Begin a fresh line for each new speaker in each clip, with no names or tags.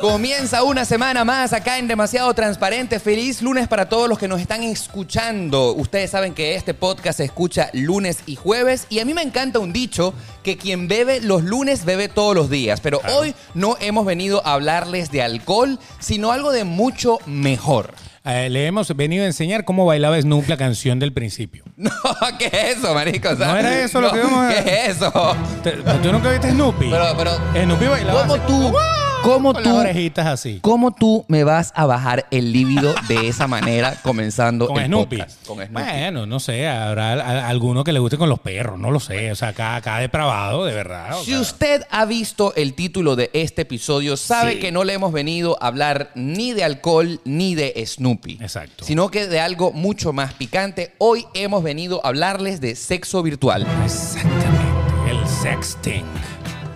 Comienza una semana más acá en Demasiado Transparente. Feliz lunes para todos los que nos están escuchando. Ustedes saben que este podcast se escucha lunes y jueves y a mí me encanta un dicho que quien bebe los lunes bebe todos los días. Pero hoy no hemos venido a hablarles de alcohol, sino algo de mucho mejor.
Eh, le hemos venido a enseñar cómo bailaba Snoop la canción del principio.
No, ¿qué es eso, marico? O sea,
No era eso lo que íbamos a-
¿Qué es eso?
Te- ¿Tú nunca viste Snoopy?
Pero, pero,
Snoopy bailaba
¿cómo
así,
tú, cómo
con las
tú
orejitas así.
¿Cómo tú me vas a bajar el líbido de esa manera comenzando
Con
el
Snoopy.
podcast? Con Snoopy.
Bueno, no sé, habrá al- a- alguno que le guste con los perros, no lo sé. O sea, cada, cada depravado, de verdad. o
Si
sea.
usted ha visto el título de este episodio, sabe
Sí.
que no le hemos venido a hablar ni de alcohol ni de Snoopy.
Exacto.
Sino que de algo mucho más picante. Hoy hemos venido a hablarles de sexo virtual.
Exactamente, el sexting.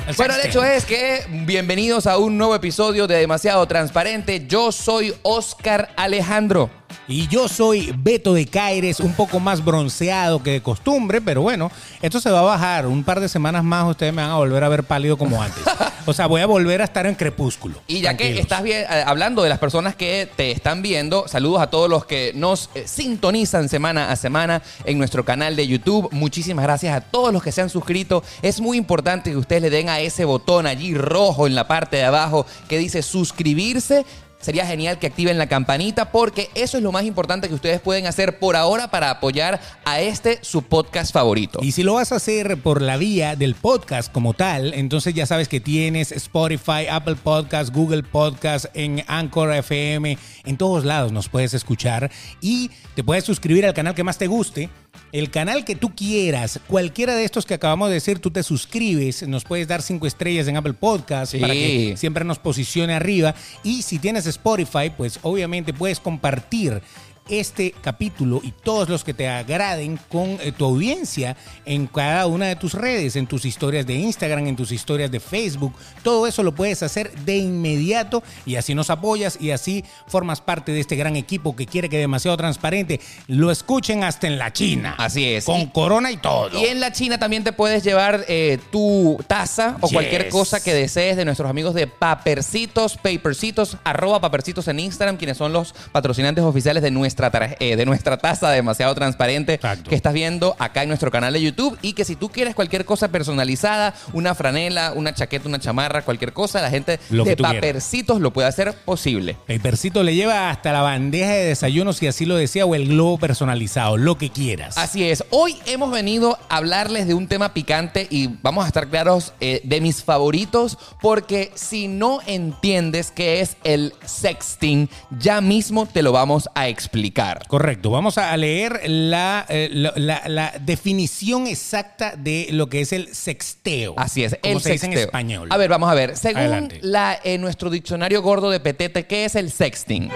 El
Bueno, el
sexting.
hecho es que bienvenidos a un nuevo episodio de Demasiado Transparente. Yo soy Oscar Alejandro.
Y yo soy Beto de Caires, un poco más bronceado que de costumbre, pero bueno, esto se va a bajar. Un par de semanas más ustedes me van a volver a ver pálido como antes. O sea, voy a volver a estar en crepúsculo.
Y ya que
Tranquilos.
estás bien, eh, hablando de las personas que te están viendo, saludos a todos los que nos eh, sintonizan semana a semana en nuestro canal de YouTube. Muchísimas gracias a todos los que se han suscrito. Es muy importante que ustedes le den a ese botón allí rojo en la parte de abajo que dice suscribirse. Sería genial que activen la campanita porque eso es lo más importante que ustedes pueden hacer por ahora para apoyar a este su podcast favorito.
Y si lo vas a hacer por la vía del podcast como tal, entonces ya sabes que tienes Spotify, Apple Podcast, Google Podcast, en Anchor FM, en todos lados nos puedes escuchar y te puedes suscribir al canal que más te guste. El canal que tú quieras, cualquiera de estos que acabamos de decir, tú te suscribes, nos puedes dar cinco estrellas en Apple Podcast
Sí.
para que siempre nos posicione arriba. Y si tienes Spotify, pues obviamente puedes compartir este capítulo y todos los que te agraden con eh, tu audiencia en cada una de tus redes, en tus historias de Instagram, en tus historias de Facebook. Todo eso lo puedes hacer de inmediato y así nos apoyas y así formas parte de este gran equipo que quiere que demasiado transparente lo escuchen hasta en la China.
Así es.
Con
Y-
corona y todo.
Y en la China también te puedes llevar eh, tu taza o
Yes.
cualquier cosa que desees de nuestros amigos de Papercitos, Papercitos, arroba Papercitos en Instagram, quienes son los patrocinantes oficiales de nuestra, tar- eh, de nuestra taza demasiado transparente
Exacto.
que estás viendo acá en nuestro canal de YouTube. Y que si tú quieres cualquier cosa personalizada, una franela, una chaqueta, una chamarra, cualquier cosa, la gente
Lo que
de
tú quieras.
Papercitos lo puede hacer posible.
El percito le lleva hasta la bandeja de desayuno, si así lo desea, o el globo personalizado, lo que quieras.
Así es. Hoy hemos venido a hablarles de un tema picante y vamos a estar claros eh, de mis favoritos porque si no entiendes qué es el sexting, ya mismo te lo vamos a explicar.
Correcto, vamos a leer la, eh, la- la- la definición exacta de lo que es el sexteo.
Así es,
como
el
se dice en
sexteo.
español.
A ver, vamos a ver. Según
Adelante.
la, eh, nuestro diccionario gordo de Petete, ¿qué es el sexting?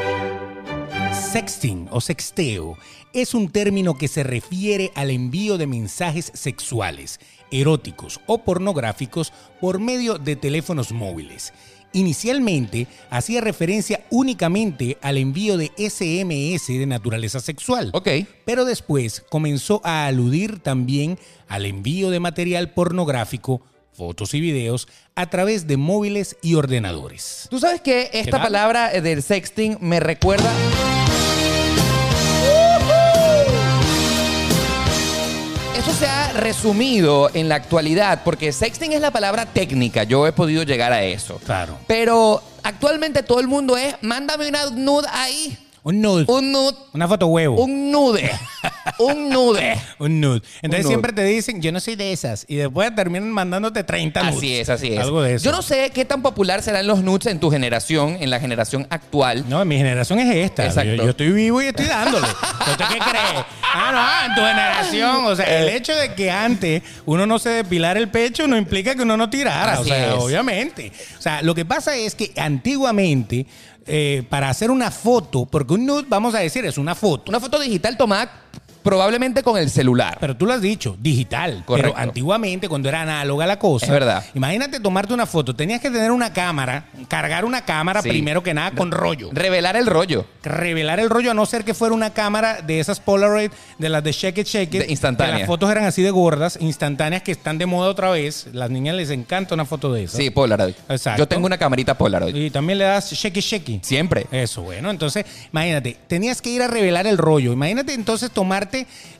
Sexting o sexteo es un término que se refiere al envío de mensajes sexuales, eróticos o pornográficos por medio de teléfonos móviles. Inicialmente hacía referencia únicamente al envío de SMS de naturaleza sexual.
Ok.
Pero después comenzó a aludir también al envío de material pornográfico, fotos y videos a través de móviles y ordenadores.
Tú sabes que esta
tal?
palabra eh, del sexting me recuerda. Eso se ha resumido en la actualidad, porque sexting es la palabra técnica. Yo he podido llegar a eso.
Claro.
Pero actualmente todo el mundo es, mándame una nude ahí.
Un nude.
Un nude.
Oh, una foto huevo.
Un nude. Un nude.
Un nude. Entonces
nude.
siempre te dicen, yo no soy de esas. Y después terminan mandándote 30 nudes.
Así es, así es.
Algo de eso.
Yo no sé qué tan popular serán los nudes en tu generación, en la generación actual.
No, mi generación es esta.
Exacto.
Yo, yo estoy vivo y estoy dándole. ¿Usted qué cree? Ah, no, ah, en tu generación. O sea, el
Eh.
hecho de que antes uno no se depilara el pecho no implica que uno no tirara.
Así
o sea,
es.
obviamente. O sea, lo que pasa es que antiguamente, eh, para hacer una foto, porque un nude, vamos a decir, es una foto.
Una foto digital tomada probablemente con el celular.
Pero tú lo has dicho, digital.
Correcto.
Pero antiguamente, cuando era análoga la cosa.
Es verdad.
Imagínate tomarte una foto. Tenías que tener una cámara, cargar una cámara
Sí.
primero que nada con rollo.
Revelar el rollo.
Revelar el rollo, a no ser que fuera una cámara de esas Polaroid, de las de Shake It, Shake It.
De instantánea.
que Las fotos eran así de gordas, instantáneas, que están de moda otra vez. Las niñas les encanta una foto de esas.
Sí, Polaroid.
Exacto.
Yo tengo una camarita Polaroid.
Y también le das Shake It, Shake It.
Siempre.
Eso, bueno, entonces, imagínate, tenías que ir a revelar el rollo. Imagínate entonces tomarte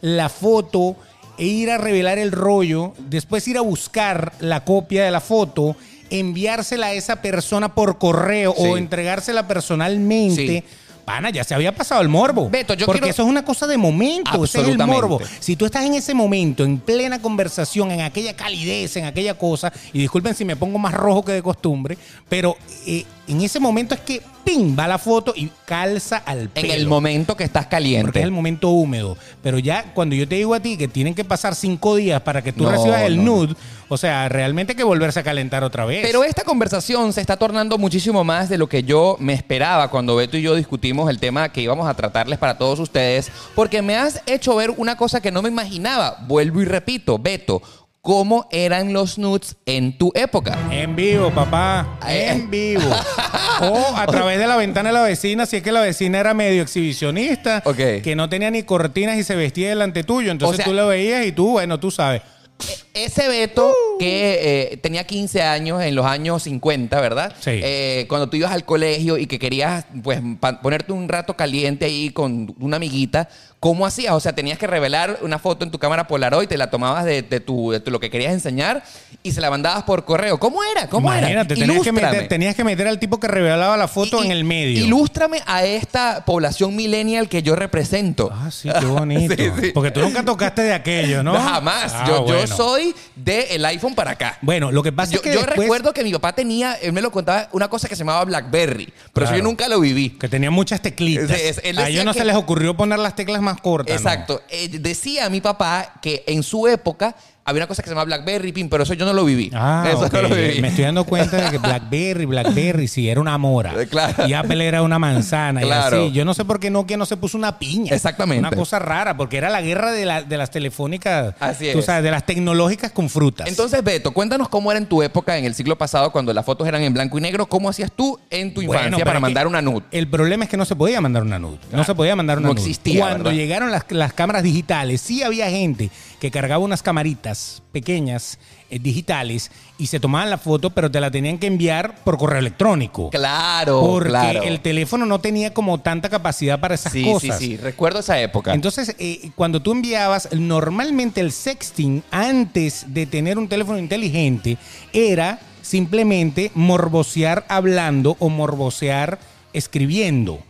la foto e ir a revelar el rollo, después ir a buscar la copia de la foto, enviársela a esa persona por correo
Sí.
o entregársela personalmente.
Sí.
Pana, ya se había pasado el morbo.
Beto, yo
Porque
quiero-
eso es una cosa de momento, ese es el
Absolutamente.
morbo. Si tú estás en ese momento, en plena conversación, en aquella calidez, en aquella cosa, y disculpen si me pongo más rojo que de costumbre, pero eh, en ese momento es que ¡pim! va la foto y calza al
En
pelo.
el momento que estás
Porque es
caliente.
el momento húmedo. Pero ya cuando yo te digo a ti que tienen que pasar cinco días para que tú
No,
recibas el
no.
nude, o sea, realmente hay que volverse a calentar otra vez.
Pero esta conversación se está tornando muchísimo más de lo que yo me esperaba cuando Beto y yo discutimos el tema que íbamos a tratarles para todos ustedes, porque me has hecho ver una cosa que no me imaginaba. Vuelvo y repito, Beto, ¿cómo eran los nudes en tu época?
En vivo, papá.
Eh.
En vivo. O a través de la ventana de la vecina, si es que la vecina era medio exhibicionista,
Ok.
que no tenía ni cortinas y se vestía delante tuyo. Entonces
O sea-
tú lo veías y tú, bueno, tú sabes.
Ese Beto
Uh.
que eh, tenía 15 años en los años 50, ¿verdad?
Sí.
Eh, cuando tú ibas al colegio y que querías pues pa- ponerte un rato caliente ahí con una amiguita, ¿cómo hacías? O sea, tenías que revelar una foto en tu cámara Polaroid, te la tomabas de, de tu, de tu- lo que querías enseñar y se la mandabas por correo. ¿Cómo era? ¿Cómo
Imagínate,
era?
tenías que,
Ilústrame.
meter, tenías que meter al tipo que revelaba la foto
Y-
en el medio.
Ilústrame a esta población millennial que yo represento.
Ah, sí, qué bonito.
Sí, sí.
Porque tú nunca tocaste de aquello, ¿no?
Jamás.
Ah,
yo, yo
bueno.
soy del iPhone para acá.
Bueno, lo que pasa
Yo,
es que
yo
después-
recuerdo que mi papá tenía, él me lo contaba, una cosa que se llamaba Blackberry, pero eso
Claro.
yo nunca lo viví.
que tenía muchas teclitas.
Es- es- él
a
decía
ellos no
que-
se les ocurrió poner las teclas más cortas. ¿no?
Exacto. Eh, decía mi papá que en su época había una cosa que se llamaba Blackberry, pin, pero eso yo no lo viví.
Ah,
eso
ok.
no lo viví.
me estoy dando cuenta de que BlackBerry, BlackBerry, sí, era una mora.
Eh, claro.
Y Apple era una manzana. Y
Claro.
así. Yo no sé por qué Nokia no se puso una piña.
Exactamente.
Una cosa rara, porque era la guerra de, la- de las telefónicas.
Así
Tú
es.
sabes, de las tecnológicas con frutas.
Entonces, Beto, cuéntanos cómo era en tu época, en el siglo pasado, cuando las fotos eran en blanco y negro, cómo hacías tú en tu
Bueno,
infancia
pero
para
es que
mandar una nude.
El problema es que no se podía mandar una nude. No se podía mandar una
no
nude.
existía,
Cuando
¿verdad?
llegaron las, las cámaras digitales, sí había gente que cargaba unas camaritas pequeñas, eh, digitales, y se tomaban la foto, pero te la tenían que enviar por correo electrónico.
Claro,
porque
claro.
el teléfono no tenía como tanta capacidad para esas
sí,
cosas.
sí, sí. Recuerdo esa época.
Entonces, eh, cuando tú enviabas, normalmente el sexting, antes de tener un teléfono inteligente, era simplemente morbosear hablando o morbosear escribiendo.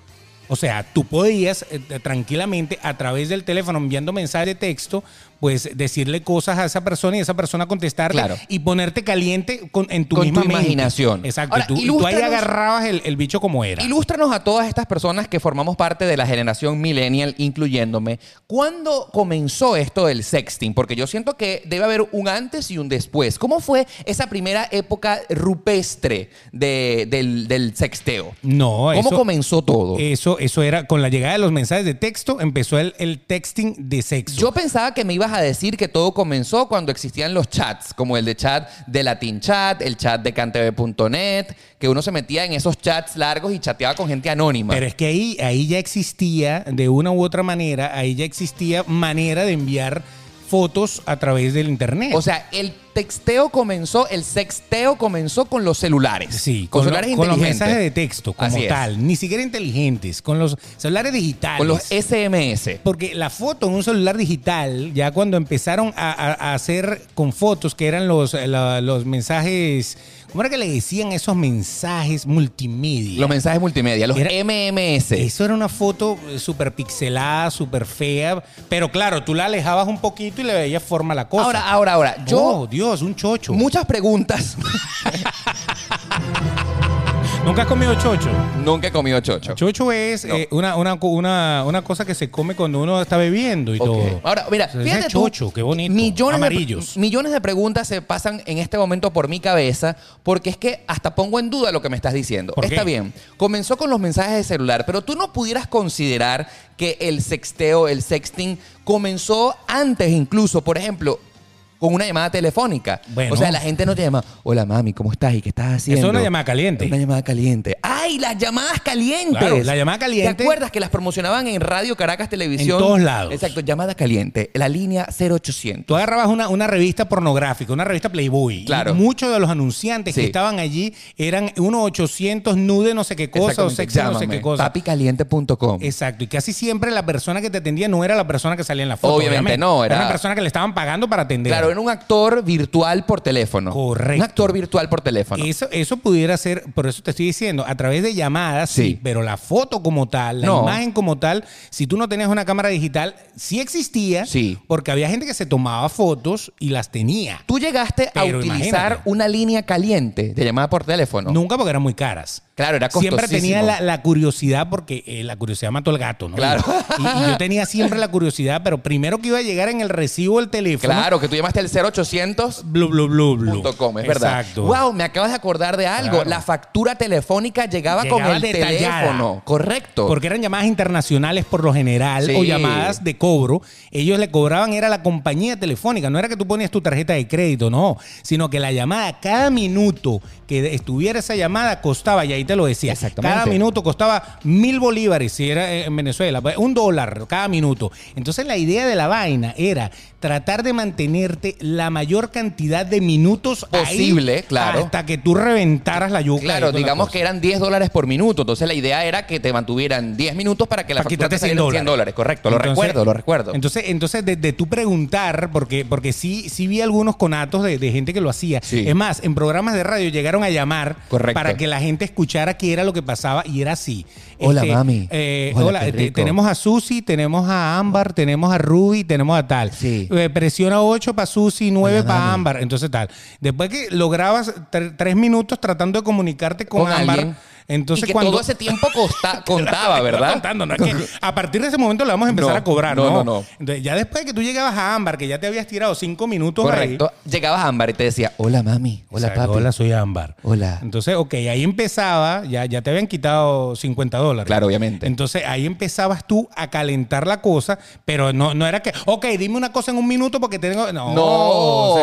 O sea, tú podías eh, tranquilamente a través del teléfono enviando mensaje de texto, pues decirle cosas a esa persona y esa persona contestarle
Claro.
y ponerte caliente con, en tu
Con tu
misma mente.
imaginación.
Exacto.
Ahora,
y, tú, y tú ahí
ilústranos-
agarrabas el, el bicho como era.
Ilústranos a todas estas personas que formamos parte de la generación millennial, incluyéndome. ¿Cuándo comenzó esto del sexting? Porque yo siento que debe haber un antes y un después. ¿Cómo fue esa primera época rupestre de- del, del sexteo?
No,
¿Cómo
eso-
comenzó todo?
Eso, eso era, con la llegada de los mensajes de texto, empezó el, el texting de sexo.
yo pensaba que me ibas a decir que todo comenzó cuando existían los chats, como el de chat de Latin Chat, el chat de cantv.net, que uno se metía en esos chats largos y chateaba con gente anónima.
pero es que ahí, ahí ya existía, de una u otra manera, ahí ya existía manera de enviar fotos a través del internet.
O sea, el texteo comenzó, el sexteo comenzó con los celulares.
sí,
con,
con, lo-
celulares
con los
inteligentes.
mensajes de texto como
Así es.
tal, ni siquiera inteligentes, con los celulares digitales.
Con los SMS.
Porque la foto en un celular digital, ya cuando empezaron a, a- a hacer con fotos, que eran los, la- los mensajes, ¿cómo era que le decían esos mensajes multimedia?
Los mensajes multimedia, los
Era-
MMS.
Eso era una foto eh, súper pixelada, súper fea, pero claro, tú la alejabas un poquito y le veías forma a la cosa.
Ahora, ahora, ahora. Yo,
Oh, Dios, un chocho.
muchas preguntas.
Nunca has comido chocho.
Nunca he comido chocho.
Chocho es
No.
eh, una, una, una, una cosa que se come cuando uno está bebiendo y todo.
Ok. Ahora, mira,
O sea,
fíjate
ese
tú,
chocho, qué bonito.
Millones
Amarillos.
De, millones de preguntas se pasan en este momento por mi cabeza porque es que hasta pongo en duda lo que me estás diciendo.
¿Por
Está
qué?
bien, comenzó con los mensajes de celular, pero tú no pudieras considerar que el sexteo, el sexting, comenzó antes incluso, por ejemplo, con una llamada telefónica.
Bueno.
O sea, la gente no te llama, hola mami, ¿cómo estás? ¿Y qué estás haciendo?
Eso es una llamada caliente.
Una llamada caliente. ¡Ay, las llamadas calientes!
Claro, la llamada
¿Te
caliente-
acuerdas que las promocionaban en Radio Caracas Televisión?
En todos lados.
Exacto. Llamada caliente, la línea 0800.
Tú agarrabas una, una revista pornográfica, una revista Playboy. y
Claro.
muchos de los anunciantes
Sí.
que estaban allí eran unos 800 nude no sé qué cosa o
Exactamente,
sexy no sé
llámame,
qué cosa.
Papicaliente.com.
Exacto, y casi siempre la persona que te atendía no era la persona que salía en la foto.
Obviamente no, era-
una persona que le estaban pagando para atender.
Claro, era un actor virtual por teléfono.
Correcto.
Un actor virtual por teléfono.
Eso, eso pudiera ser, por eso te estoy diciendo, a través de llamadas, sí,
Sí.
pero la foto como tal, la
No.
imagen como tal, si tú no tenías una cámara digital, sí existía,
Sí.
porque había gente que se tomaba fotos y las tenía.
Tú llegaste a
Pero
utilizar
imagínate.
una línea caliente de llamada por teléfono.
Nunca porque eran muy caras.
Claro, era
Siempre
costosísimo.
tenía la, la curiosidad porque eh, la curiosidad mató al gato, ¿no?
Claro.
Y, y yo tenía siempre la curiosidad, pero primero que iba a llegar en el recibo el teléfono.
Claro, que tú llamaste al 0800
Blu, blu, blu, blu.
.com, es verdad.
Exacto.
Wow, me acabas de acordar de algo.
Claro.
La factura telefónica llegaba, con
Llegaba
el
detallada.
teléfono. Correcto.
Porque eran llamadas internacionales por lo general
Sí.
o llamadas de cobro. Ellos le cobraban, era la compañía telefónica, no era que tú ponías tu tarjeta de crédito, no, sino que la llamada, cada minuto que estuviera esa llamada costaba, y ahí te lo decía,
Exactamente.
cada minuto costaba mil bolívares, si era eh, en Venezuela, un dólar cada minuto. Entonces la idea de la vaina era tratar de mantenerte la mayor cantidad de minutos ahí
Posible, claro.
Hasta que tú reventaras la yuca.
Claro, digamos que eran 10 dólares por minuto. Entonces la idea era que te mantuvieran 10 minutos para que la
Para
factura
quitarte
te
100
saliera en
dólares.
Correcto, lo
Entonces-
recuerdo, lo recuerdo.
Entonces, entonces de, de tú preguntar, porque, porque sí, sí vi algunos conatos de, de gente que lo hacía.
Sí.
Es más, en programas de radio llegaron a llamar
Correcto.
para que la gente escuchara qué era lo que pasaba y era así.
Hola, mami.
eh,
Hola,
hola,
qué
te-
rico.
tenemos a Susi, tenemos a Ámbar, tenemos a Ruby, tenemos a tal.
Sí.
Eh, presiona 8 para Susi, 9
Hola,
para
mami.
Ámbar. Entonces tal. Después que lograbas tre- tres minutos tratando de comunicarte con,
Con
Ámbar.
alguien.
Entonces
y que
cuando
todo ese tiempo costa- contaba, ¿verdad?
contando, ¿no? Es que a partir de ese momento le vamos a empezar
No,
a cobrar,
no,
¿no?
no, no.
Entonces, ya después de que tú llegabas a Ámbar, que ya te habías tirado cinco minutos
Correcto. Llegabas a Ámbar y te decía, hola mami,
Hola,
hola papi.
Hola, soy Ámbar.
Hola.
Entonces, ok, ahí empezaba, ya, ya te habían quitado 50 dólares.
Claro, obviamente.
Entonces, ahí empezabas tú a calentar la cosa, pero no, no era que, ok, dime una cosa en un minuto porque tengo. No.
No.
o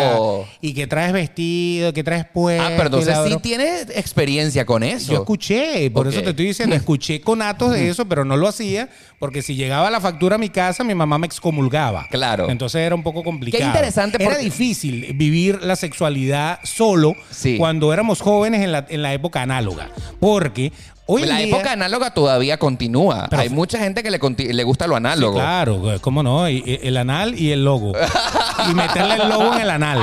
sea, y que traes vestido, que traes puesto.
Ah, pero
y
entonces
la
sí
bro-
tienes experiencia con eso.
Yo escuché, por
Ok.
eso te estoy diciendo, escuché conatos de eso, pero no lo hacía, porque si llegaba la factura a mi casa, mi mamá me excomulgaba.
Claro.
Entonces era un poco complicado.
Qué interesante
Era
porque-
difícil vivir la sexualidad solo
Sí.
cuando éramos jóvenes en la, en la época análoga. Porque hoy en
la
día-
época análoga todavía continúa.
Pero-
Hay mucha gente que le, conti- le gusta lo análogo.
Claro, cómo no, y- y- el anal y el logo. Y meterle el logo en el anal.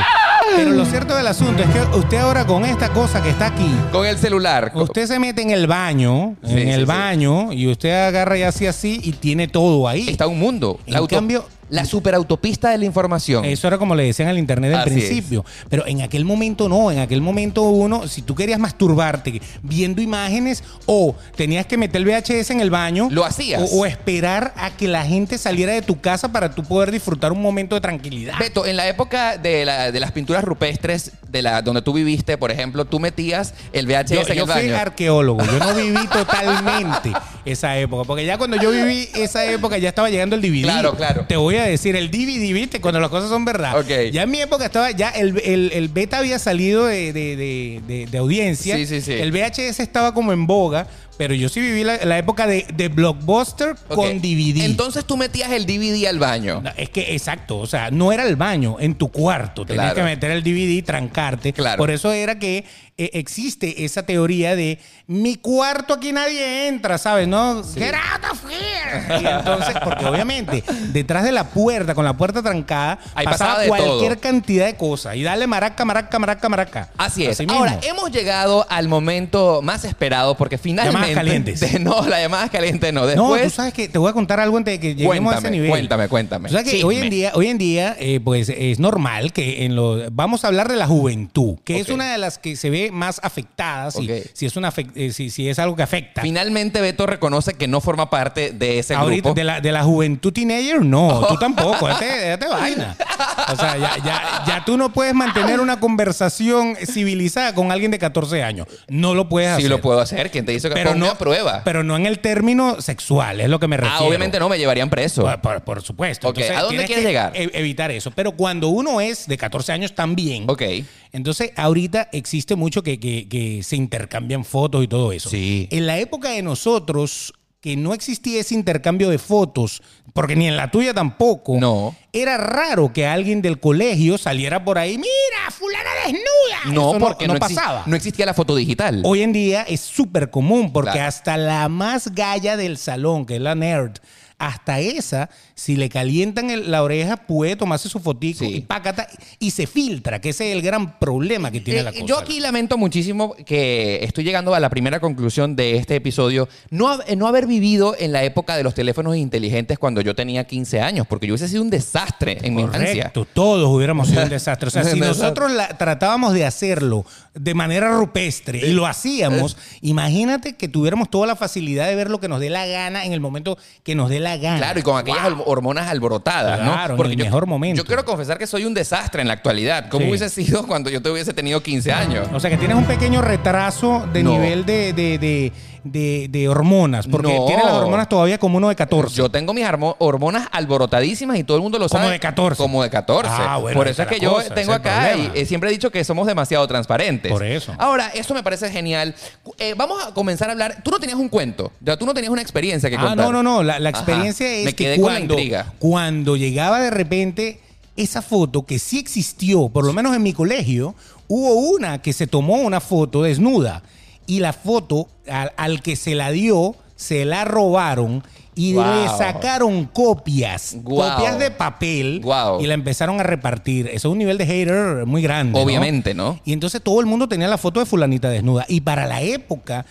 Pero lo cierto del asunto es que usted ahora con esta cosa que está aquí,
Con el celular. co-
Usted se mete en el baño,
Sí,
en
sí,
el
sí.
baño, y usted agarra y hace así y tiene todo ahí.
Está un mundo.
En cambio-
la superautopista de la información.
Eso era como le decían al internet al
Así
principio. Pero en aquel momento no, en aquel momento uno, si tú querías masturbarte viendo imágenes o tenías que meter el VHS en el baño.
Lo hacías.
O, o esperar a que la gente saliera de tu casa para tú poder disfrutar un momento de tranquilidad.
Beto, en la época de, la- de las pinturas rupestres, de la, donde tú viviste, por ejemplo, tú metías el VHS
Yo,
en
yo
el
fui
baño.
arqueólogo, yo no viví totalmente esa época, porque ya cuando yo viví esa época ya estaba llegando el DVD.
Claro, claro.
Te voy a decir, el DVD, viste, cuando las cosas son verdad.
Ok.
Ya en mi época estaba, ya el, el- el beta había salido de, de- de- de- de audiencia.
Sí, sí, sí.
El VHS estaba como en boga, pero yo sí viví la, la época de, de blockbuster
Ok.
con DVD.
Entonces tú metías el DVD al baño.
No, Es que, exacto, o sea, no era el baño, en tu cuarto. Tenías
Claro.
que meter el DVD y trancarte.
Claro.
Por eso era que eh, existe esa teoría de mi cuarto aquí nadie entra, ¿sabes? No, get out of here. Y entonces, porque obviamente, detrás de la puerta, con la puerta trancada,
Ahí pasaba
pasaba,
de
cualquier
todo.
cantidad de cosas. Y dale maraca, maraca, maraca, maraca.
Así es.
mismo.
Ahora, hemos llegado al momento más esperado porque finalmente. Exactamente.
calientes.
De- no, la llamada caliente no.
No, tú
Después,
sabes que te voy a contar algo antes de que lleguemos a ese
cuéntame,
nivel.
cuéntame, cuéntame.
O sea que
Chisme.
hoy en día, hoy en día eh, pues es normal que en los vamos a hablar de la juventud, que es
Ok.
una de las que se ve más afectada, si,
Ok.
si es una afec- eh, si, si es algo que afecta.
Finalmente Beto reconoce que no forma parte de ese
Ahorita,
grupo.
de la, de la juventud teenager, no, tú tampoco, date, date vaina. O sea, ya, ya, ya tú no puedes mantener una conversación civilizada con alguien de 14 años. No lo puedes hacer.
Sí lo puedo hacer, quien te dice que
Pero
ponga
no,
a prueba.
pero no en el término sexual, es lo que me refiero.
ah, obviamente no, me llevarían preso.
Por, por- por supuesto.
Ok, ¿a dónde
tienes
quieres
que
llegar?
e- Evitar eso. Pero cuando uno es de 14 años también.
Ok.
Entonces, ahorita existe mucho que, que- que se intercambian fotos y todo eso.
Sí.
En la época de nosotros, que no existía ese intercambio de fotos, porque ni en la tuya tampoco.
No.
Era raro que alguien del colegio saliera por ahí, mira, fulana desnuda.
No,
Eso
porque no, exi-
pasaba.
no existía la foto digital.
Hoy en día es súper común porque
Claro.
hasta la más galla del salón, que es la nerd, hasta esa, si le calientan el- la oreja, puede tomarse su fotico
Sí.
y pácata y se filtra, que ese es el gran problema que tiene
Eh,
la cosa.
Yo aquí lamento muchísimo que estoy llegando a la primera conclusión de este episodio. No, hab- eh, no haber vivido en la época de los teléfonos inteligentes cuando yo tenía 15 años, porque yo hubiese sido un desastre en mi infancia.
Correcto, todos hubiéramos sido un desastre. O sea, si
Un desastre.
nosotros la- tratábamos de hacerlo de manera rupestre y lo hacíamos, imagínate que tuviéramos toda la facilidad de ver lo que nos dé la gana en el momento que nos dé la gana.
Claro, y con aquellas hor- hormonas alborotadas, ¿no?
Claro, en el mejor momento.
Yo quiero confesar que soy un desastre en la actualidad. ¿Cómo
Sí.
hubiese sido cuando yo te hubiese tenido 15 años?
O sea que tienes un pequeño retraso de
No.
nivel de, de, de, de- de hormonas, porque
No.
tienes las hormonas todavía como uno de 14.
Yo tengo mis armo- hormonas alborotadísimas y todo el mundo lo
Como
sabe.
de 14.
Como de 14.
Ah, bueno,
Por
ahí
eso es
está
que
la
yo
cosa,
tengo
ese es el
acá y
problema.
eh, siempre he dicho que somos demasiado transparentes.
Por eso.
Ahora, eso me parece genial. Eh, vamos a comenzar a hablar. Tú no tenías un cuento. Ya tú no tenías una experiencia que
Ah,
contar.
no, no, no. La, la
Ajá.
experiencia es
me quedé
que
con la
cuando,
intriga.
cuando llegaba de repente esa foto que sí existió, por lo menos en mi colegio, hubo una que se tomó una foto desnuda y la foto al, al que se la dio se la robaron y
Wow.
le sacaron copias,
Wow.
copias de papel
Wow.
y la empezaron a repartir. Eso es un nivel de hater muy grande. ¿no?
Obviamente, ¿no?
Y entonces todo el mundo tenía la foto de fulanita desnuda. Y para la época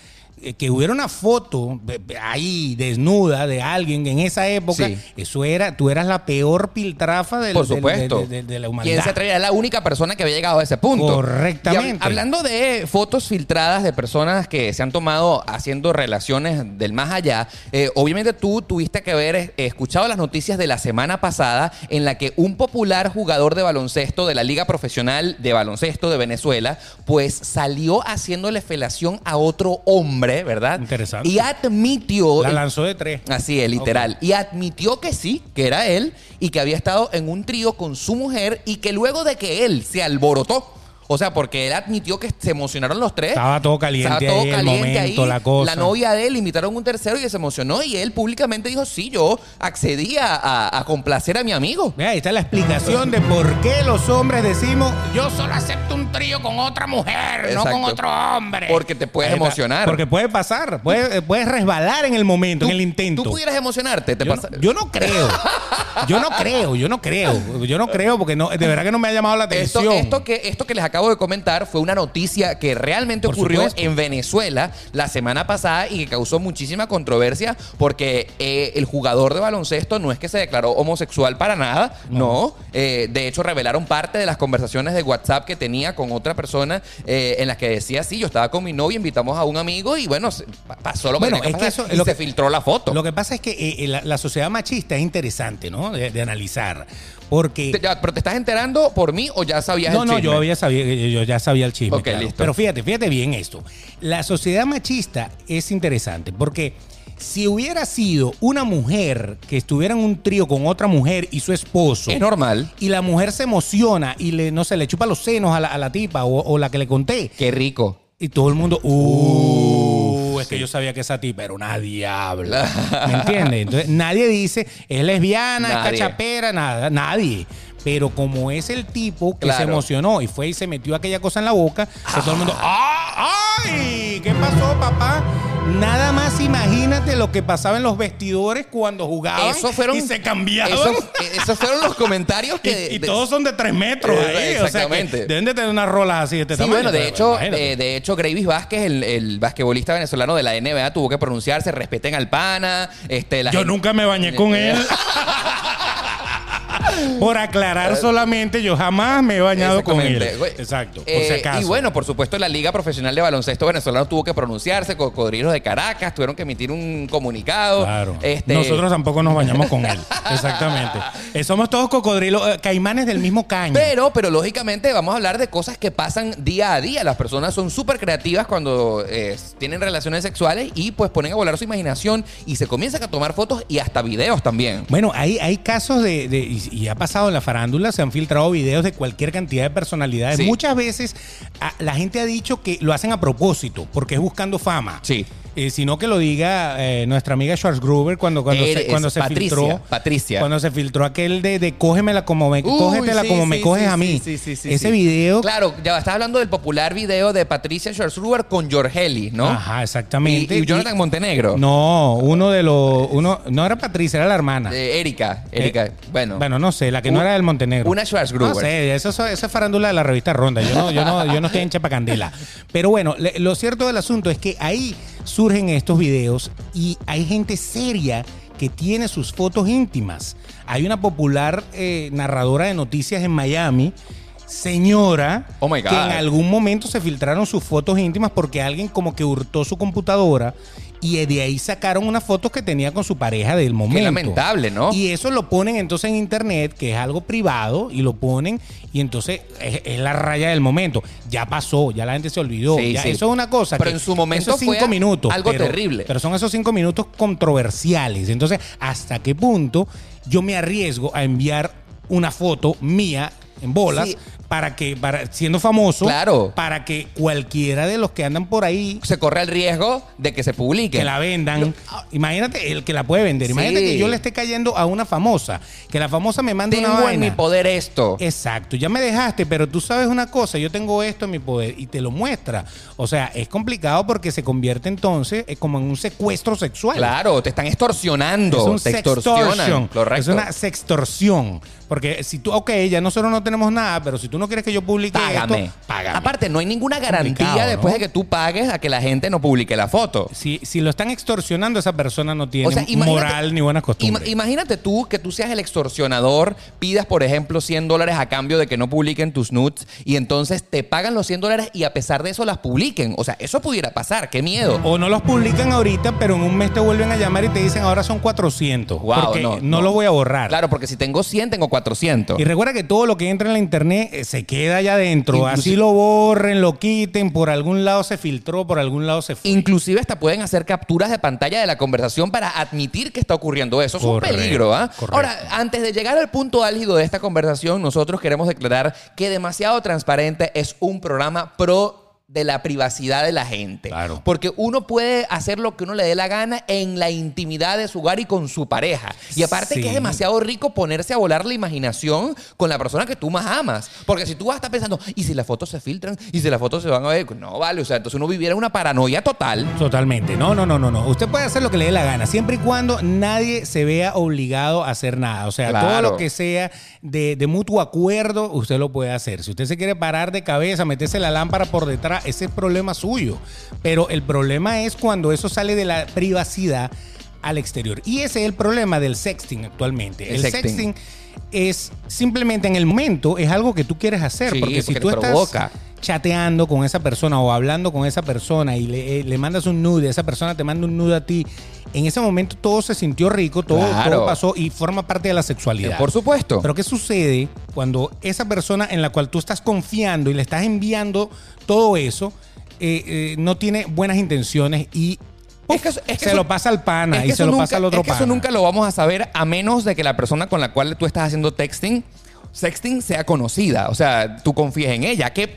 eh, que hubiera una foto de- de ahí desnuda de alguien en esa época,
Sí.
eso era, tú eras la peor piltrafa del-
Por
del-
supuesto.
de, de- de- de la humanidad.
¿Quién se atreve? Era la única persona que había llegado a ese punto.
Correctamente.
Y hab- hablando de fotos filtradas de personas que se han tomado haciendo relaciones del más allá, eh, obviamente tú tuviste que haber eh, escuchado las noticias de la semana pasada en la que un popular jugador de baloncesto de la Liga Profesional de Baloncesto de Venezuela, pues salió haciéndole felación a otro hombre, ¿verdad?
Interesante.
Y admitió...
La
el-
lanzó de tres.
Así es, literal. Y admitió que sí, que era él y que había estado en un trío con su mujer y que luego de que él se alborotó, o sea, porque él admitió que se emocionaron los tres.
Estaba todo caliente ahí, el momento, la cosa.
novia de él invitaron un tercero y se emocionó y él públicamente dijo, sí, yo accedí a, a- a complacer a mi amigo.
Ve, ahí está la explicación de por qué los hombres decimos yo solo acepto un trío con otra mujer, no con
Exacto.
otro hombre.
Porque te puedes
Ahí está.
emocionar.
Porque puede pasar, puede, puedes resbalar en el momento,
Tú-
en el intento.
Tú pudieras emocionarte, te
Yo
pasa-
no, yo no creo. Yo no creo, yo no creo. Yo no creo porque no, de verdad que no me ha llamado la
Esto,
atención.
esto que, esto que les acabo de comentar fue una noticia que realmente
Por
ocurrió
supuesto.
en Venezuela la semana pasada y que causó muchísima controversia porque eh, el jugador de baloncesto no es que se declaró homosexual para nada, no. Eh, de hecho, revelaron parte de las conversaciones de WhatsApp que tenía con otra persona eh, en las que decía, sí, yo estaba con mi novia, invitamos a un amigo y bueno, se- pa- pasó lo que
Bueno,
tenía
es que
pasar
eso-
y
lo
se
que-
filtró la foto.
Lo que pasa es que eh, eh, la, la sociedad machista es interesante, ¿no? De, de analizar.
Te-
Porque.
ya, ¿Pero te estás enterando por mí o ya sabías
No,
el
no,
chisme?
yo, había sabía, yo yo ya sabía el chisme.
Ok,
claro.
listo.
Pero fíjate, fíjate bien esto. La sociedad machista es interesante porque si hubiera sido una mujer que estuviera en un trío con otra mujer y su esposo.
Es normal.
y la mujer se emociona y le, no sé, le chupa los senos a la, a la tipa o, o la que le conté.
Qué rico.
Y todo el mundo, uh, es que yo sabía que esa tipa era una diabla. ¿Me entiendes? Entonces nadie dice, es lesbiana,
Nadie.
es cachapera, nada, nadie. Pero como es el tipo que se
Claro.
emocionó y fue y se metió aquella cosa en la boca, pues todo el mundo, ¡ah! ¡ay! ¿qué pasó, papá? Nada más imagínate lo que pasaba en los vestidores cuando jugaban
Eso fueron-
y se cambiaban.
Eso- esos fueron los comentarios
y,
que. de-
y
de-
todos son de tres metros
Eh,
ahí. o sea, que
exactamente.
deben de tener unas rolas así de este
Sí,
tamaño,
bueno, de
pero-
hecho,
imagínate.
eh, de hecho, Gravis Vázquez, el, el basquetbolista venezolano de la NBA, tuvo que pronunciarse, respeten al pana. Este, la
Yo
gente-
nunca me bañé con él. Por aclarar solamente, yo jamás me he bañado con él.
Exactamente. Güey,
Exacto, por
eh,
si acaso.
Y bueno, por supuesto, la Liga Profesional de Baloncesto Venezolano tuvo que pronunciarse, Cocodrilos de Caracas tuvieron que emitir un comunicado.
Claro.
Este,
Nosotros tampoco nos bañamos con él. Exactamente. Eh, somos todos cocodrilos, eh, caimanes del mismo caño.
Pero, pero lógicamente vamos a hablar de cosas que pasan día a día. Las personas son súper creativas cuando eh, tienen relaciones sexuales y pues ponen a volar su imaginación y se comienzan a tomar fotos y hasta videos también.
Bueno, hay, hay casos de, de- y, y ha pasado en la farándula, se han filtrado videos de cualquier cantidad de personalidades.
Sí.
Muchas veces a- la gente ha dicho que lo hacen a propósito, porque es buscando fama.
Sí.
Eh, sino que lo diga eh, nuestra amiga Schwarzgruber cuando, cuando
Él
se,
es
cuando se
Patricia,
filtró.
Patricia.
Cuando se filtró aquel de, de cógemela como
Uy,
me, cógetela
sí,
como me
sí,
coges
sí,
a mí.
sí, sí, sí,
Ese
sí.
video.
Claro, ya estás hablando del popular video de Patricia Schwarzruber con Georgeli, ¿no?
Ajá, exactamente.
Y, y Jonathan Montenegro.
No, uno de los. Uno, no era Patricia, era la hermana.
De Erika. Erika,
Eh,
bueno.
Bueno, no sé, la que no
Un-
era del Montenegro.
una Schwarzgruber.
No sé, eso, eso- esa es farándula de la revista Ronda. Yo no, yo no, yo no estoy en Chapacandela. Pero bueno, le- lo cierto del asunto es que ahí surgen estos videos y hay gente seria que tiene sus fotos íntimas. Hay una popular eh, narradora de noticias en Miami. Señora,
Oh my God.
que en algún momento se filtraron sus fotos íntimas porque alguien como que hurtó su computadora y de ahí sacaron unas fotos que tenía con su pareja del momento.
lamentable, ¿no?
Y eso lo ponen entonces en internet, que es algo privado, y lo ponen, y entonces es, es la raya del momento. Ya pasó, ya la gente se olvidó.
Sí,
ya-
sí.
Eso es una cosa.
Pero
que
en su momento
esos cinco
fue
minutos,
algo
pero-
terrible.
Pero son esos cinco minutos controversiales. Entonces, ¿hasta qué punto yo me arriesgo a enviar una foto mía en bolas
Sí.
para que, para, siendo famoso,
Claro.
para que cualquiera de los que andan por ahí
Se corre el riesgo de que se publique.
que la vendan. Imagínate el que la puede vender. Imagínate
Sí.
que yo le esté cayendo a una famosa. Que la famosa me mande
Tengo
una
en
vaina.
mi poder esto.
Exacto, ya me dejaste, pero tú sabes una cosa, yo tengo esto en mi poder y te lo muestra. O sea, es complicado porque se convierte entonces eh, como en un secuestro sexual.
Claro, te están extorsionando.
Es un
te extorsionan.
sextortion.
Correcto.
Es una sextorsión. Porque si tú, ok, ya nosotros no tenemos nada, pero si tú no quieres que yo publique
Págame.
esto, págame.
Aparte, no hay ninguna garantía
Complicado,
después
¿no?
de que tú pagues a que la gente no publique la foto.
si, si lo están extorsionando, esa persona no tiene
O sea, imagínate-
moral ni buenas costumbres.
Ima- imagínate tú que tú seas el extorsionador, pidas, por ejemplo, 100 dólares a cambio de que no publiquen tus nudes y entonces te pagan los 100 dólares y a pesar de eso las publiquen. O sea, eso pudiera pasar. ¡Qué miedo!
O no los publican ahorita, pero en un mes te vuelven a llamar y te dicen ahora son 400.
Wow,
porque
no,
no,
no.
lo voy a borrar.
Claro, porque si tengo 100, tengo 400.
Y recuerda que todo lo que entra en la internet eh, se queda allá adentro.
Inclusi-
Así lo borren, lo quiten, por algún lado se filtró, por algún lado se fue.
Inclusive hasta pueden hacer capturas de pantalla de la conversación para admitir que está ocurriendo eso. Es
Correcto,
un peligro, ¿ah?
correcto.
Ahora, antes de llegar al punto álgido de esta conversación, nosotros queremos declarar que Demasiado Transparente es un programa pro de la privacidad de la gente.
Claro.
Porque uno puede hacer lo que uno le dé la gana en la intimidad de su hogar y con su pareja. Y aparte que
Sí.
es demasiado rico ponerse a volar la imaginación con la persona que tú más amas. Porque si tú vas a estar pensando, ¿y si las fotos se filtran? ¿Y si las fotos se van a ver? No, vale. O sea, entonces uno viviera una paranoia total.
Totalmente. No, no, no, no, no. Usted puede hacer lo que le dé la gana, siempre y cuando nadie se vea obligado a hacer nada. O sea,
Claro.
todo lo que sea de, de mutuo acuerdo, usted lo puede hacer. Si usted se quiere parar de cabeza, meterse la lámpara por detrás, ese es problema suyo. Pero el problema es cuando eso sale de la privacidad al exterior. Y ese es el problema del sexting actualmente.
El
El,
sexting.
sexting. es simplemente en el momento, es algo que tú quieres hacer.
Sí,
porque si
porque
tú
te
estás
provoca.
chateando con esa persona o hablando con esa persona y le, eh, le mandas un nude, esa persona te manda un nude a ti, en ese momento todo se sintió rico, todo,
Claro.
todo pasó y forma parte de la sexualidad.
Por supuesto.
Pero ¿qué sucede cuando esa persona en la cual tú estás confiando y le estás enviando todo eso eh, eh, no tiene buenas intenciones y
Es que eso- es que
se
eso-
lo pasa al pana
Es que
y
eso
se lo
nunca-
pasa al otro
es que
pana?
Eso nunca lo vamos a saber a menos de que la persona con la cual tú estás haciendo texting sexting sea conocida, o sea, tú confíes en ella, que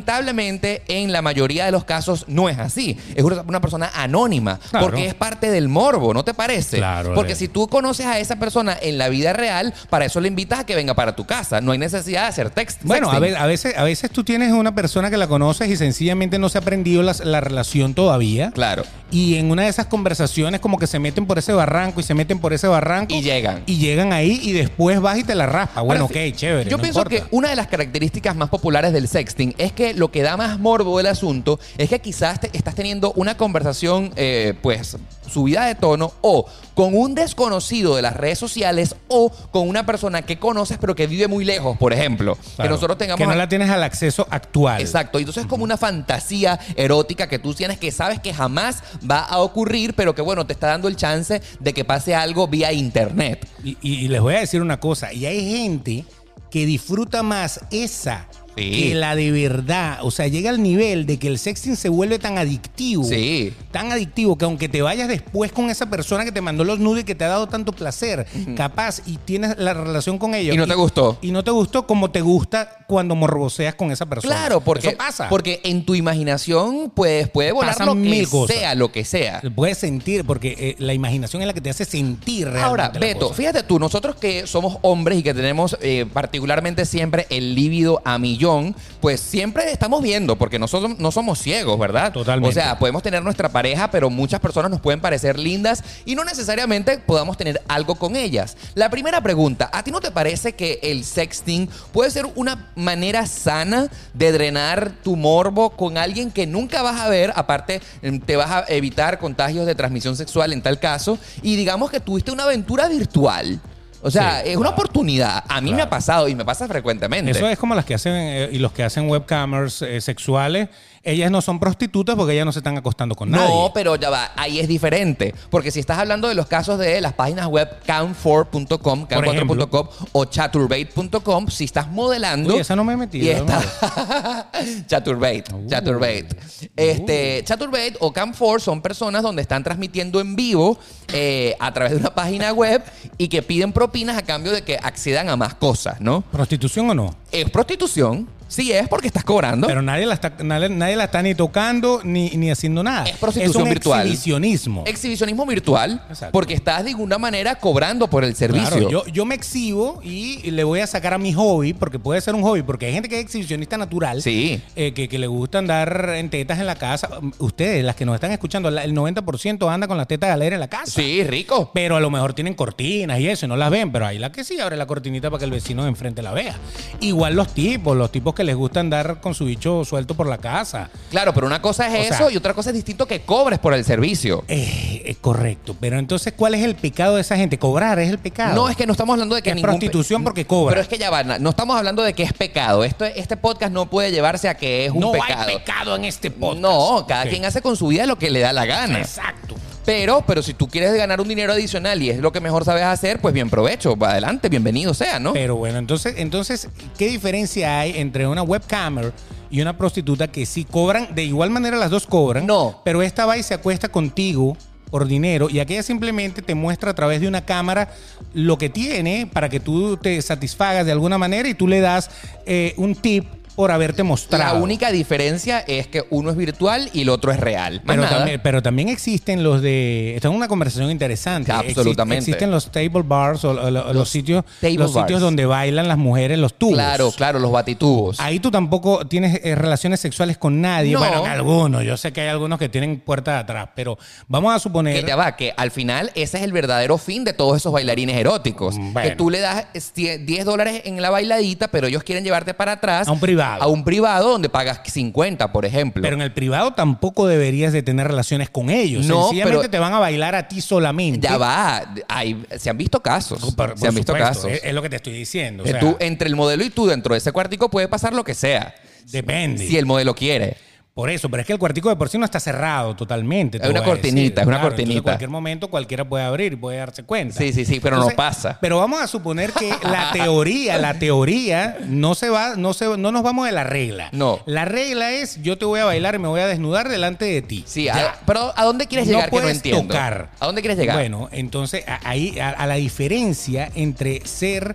lamentablemente en la mayoría de los casos no es así. Es una una persona anónima,
Claro.
porque es parte del morbo, ¿no te parece?
Claro, eh.
porque
Ale.
si tú conoces a esa persona en la vida real, para eso le invitas a que venga para tu casa, no hay necesidad de hacer text.
Bueno, a,
sexting.
ve- a veces, a veces tú tienes una persona que la conoces y sencillamente no se ha aprendido las- la relación todavía.
Claro.
Y en una de esas conversaciones como que se meten por ese barranco y se meten por ese barranco.
Y llegan.
Y llegan ahí y después vas y te la raspa. Bueno,
Ahora,
ok, chévere.
Yo
no
pienso
importa.
que una de las características más populares del sexting es que lo que da más morbo del asunto es que quizás te- estás teniendo una conversación, eh, pues, subida de tono o con un desconocido de las redes sociales o con una persona que conoces pero que vive muy lejos, por ejemplo. Que
Claro,
nosotros tengamos...
Que no la tienes al acceso actual.
Exacto, y entonces es como una fantasía erótica que tú tienes que sabes que jamás va a ocurrir, pero que bueno, te está dando el chance de que pase algo vía internet.
Y, y- y les voy a decir una cosa, y hay gente que disfruta más esa
Sí.
que la de verdad. O sea, llega al nivel de que el sexting se vuelve tan adictivo.
Sí.
Tan adictivo que aunque te vayas después con esa persona que te mandó los nudes y que te ha dado tanto placer, capaz, y tienes la relación con ellos.
Y no te gustó.
Y no te gustó como te gusta cuando morboseas con esa persona.
Claro, porque,
Eso pasa.
porque en tu imaginación pues, puede volar
Pasan
lo que
mil cosas.
sea, lo que sea.
Puedes sentir, porque eh, la imaginación es la que te hace sentir realmente.
Ahora,
la
Beto,
cosa.
fíjate tú, nosotros que somos hombres y que tenemos eh, particularmente siempre el líbido a millón, pues siempre estamos viendo, porque nosotros no somos ciegos, ¿verdad?
Totalmente.
O sea, podemos tener nuestra pareja, pero muchas personas nos pueden parecer lindas y no necesariamente podamos tener algo con ellas. La primera pregunta, ¿a ti no te parece que el sexting puede ser una manera sana de drenar tu morbo con alguien que nunca vas a ver? Aparte, em, te vas a evitar contagios de transmisión sexual en tal caso y digamos que tuviste una aventura virtual. O sea,
Sí,
es una
claro.
oportunidad. A mí me
Claro.
ha pasado y me pasa frecuentemente.
Eso es como las que hacen eh, y los que hacen webcamers eh, sexuales. Ellas no son prostitutas porque ellas no se están acostando con nadie.
No, pero ya va, ahí es diferente. Porque si estás hablando de los casos de las páginas web cam4.com,
Por ejemplo.
cam4.com o chaturbate.com, si estás modelando.
Uy, esa no me he metido,
Y está- chaturbate,
Uh.
chaturbate. Este, chaturbate o cam4 son personas donde están transmitiendo en vivo eh, a través de una página web y que piden propinas a cambio de que accedan a más cosas, ¿no?
¿Prostitución o no?
Es prostitución, sí es porque estás cobrando.
Pero nadie la está, nadie, nadie la está ni tocando ni, ni haciendo nada.
Es prostitución
un
virtual.
exhibicionismo.
Exhibicionismo virtual,
Exacto.
porque estás de alguna manera cobrando por el servicio.
Claro, yo, yo me exhibo y le voy a sacar a mi hobby, porque puede ser un hobby, porque hay gente que es exhibicionista natural,
Sí.
eh, que, que le gusta andar en tetas en la casa. Ustedes, las que nos están escuchando, la- el 90% anda con las tetas al aire en la casa.
Sí, rico.
Pero a lo mejor tienen cortinas y eso, y no las ven. Pero hay la que sí abre la cortinita para que el vecino de enfrente la vea. Igual los tipos, los tipos que les gusta andar con su bicho suelto por la casa.
Claro, pero una cosa es
O
eso
sea-
y otra cosa es distinto que cobres por el servicio.
Eh, es correcto. Pero entonces, ¿cuál es el pecado de esa gente? Cobrar es el pecado.
No, es que no estamos hablando de que
Es
ningún pe-
prostitución porque cobra.
Pero es que ya van, no estamos hablando de que es pecado. Esto, este podcast no puede llevarse a que es un
No
pecado.
hay pecado en este podcast.
No, cada
Ok.
quien hace con su vida lo que le da la gana.
Exacto.
Pero, pero si tú quieres ganar un dinero adicional y es lo que mejor sabes hacer, pues bien provecho, va adelante, bienvenido sea, ¿no?
Pero bueno, entonces, entonces, ¿qué diferencia hay entre una webcamer y una prostituta que sí cobran? De igual manera las dos cobran.
No.
Pero esta va y se acuesta contigo por dinero y aquella simplemente te muestra a través de una cámara lo que tiene para que tú te satisfagas de alguna manera y tú le das eh, un tip por haberte mostrado.
La única diferencia es que uno es virtual y el otro es real. Más
Pero
nada.
también, pero también existen los de. Esta es una conversación interesante.
Sí, absolutamente.
Exist- Existen los table bars o, o- o los, sitios,
table
los
bars.
sitios donde bailan las mujeres los tubos.
Claro, claro, los batitubos.
Ahí tú tampoco tienes eh, relaciones sexuales con nadie.
No.
Bueno, en algunos. Yo sé que hay algunos que tienen puerta de atrás, pero vamos a
Que
suponer.
ya va, que al final ese es el verdadero fin de todos esos bailarines eróticos.
Bueno.
Que tú le das es- 10 dólares en la bailadita, pero ellos quieren llevarte para atrás.
A un privado.
A un privado donde pagas 50, por ejemplo.
Pero en el privado tampoco deberías de tener relaciones con ellos.
No,
Sencillamente
pero-
te van a bailar a ti solamente.
ya va, hay- se han visto casos.
Por- por
se han visto
supuesto,
casos.
Es, es lo que te estoy diciendo. o
Que
sea,
tú, entre el modelo y tú, dentro de ese cuartico puede pasar lo que sea.
depende.
Si el modelo quiere.
Por eso, pero es que el cuartico de por sí no está cerrado totalmente. te
Es una
voy a decir.
cortinita, es una
Claro, entonces
cortinita.
En cualquier momento cualquiera puede abrir y puede darse cuenta.
Sí, sí, sí, pero no pasa.
Pero vamos a suponer que la teoría, la teoría no se va, no se, no nos vamos de la regla.
No.
La regla es yo te voy a bailar y me voy a desnudar delante de ti.
Sí,
Ya.
a- pero ¿a dónde quieres llegar que no
puedes
entiendo?
tocar.
¿A dónde quieres llegar?
Bueno, entonces a- ahí a, a la diferencia entre ser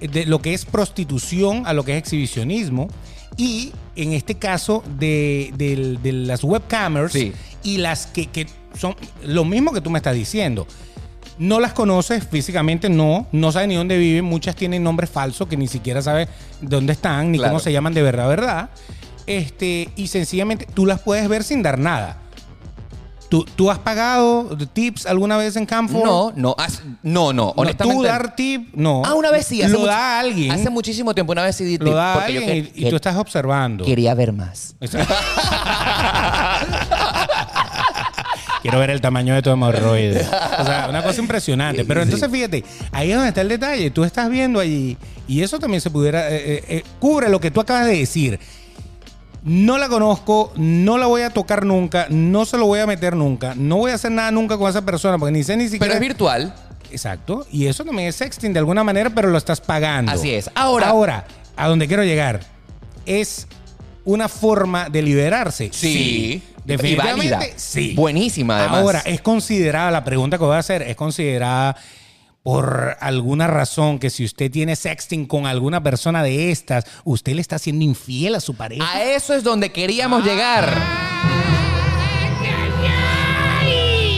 eh, de lo que es prostitución a lo que es exhibicionismo. Y en este caso de, del- de las webcamers
Sí.
y las que, que son lo mismo que tú me estás diciendo. No las conoces físicamente, no, no sabes ni dónde viven, muchas tienen nombres falsos que ni siquiera sabes dónde están, ni
Claro.
cómo se llaman de verdad, verdad. Este, y sencillamente tú las puedes ver sin dar nada. ¿Tú, tú has pagado tips alguna vez en campo?
No, no, has- no, no,
No,
honestamente.
Tú dar tip, no.
Ah, una vez sí. hace
Lo
mucho-
da alguien.
Hace muchísimo tiempo, una vez sí di
lo
tip,
da
porque yo
alguien
que-
y, y tú estás observando.
quería ver más.
Quiero ver el tamaño de tu hemorroide. O sea, una cosa impresionante. Pero entonces fíjate, ahí es donde está el detalle. Tú estás viendo allí y eso también se pudiera... eh, eh, eh, cubre lo que tú acabas de decir. No la conozco, no la voy a tocar nunca, no se lo voy a meter nunca, no voy a hacer nada nunca con esa persona porque ni sé ni
Pero
siquiera...
es virtual.
Exacto. Y eso también es sexting de alguna manera, pero lo estás pagando.
Así es. Ahora-
Ahora, a donde quiero llegar, es una forma de liberarse.
Y
Definitivamente,
válida.
sí.
Buenísima, además.
Ahora, es considerada, la pregunta que voy a hacer, es considerada por alguna razón que si usted tiene sexting con alguna persona de estas, usted le está siendo infiel a su pareja.
A eso es donde queríamos llegar.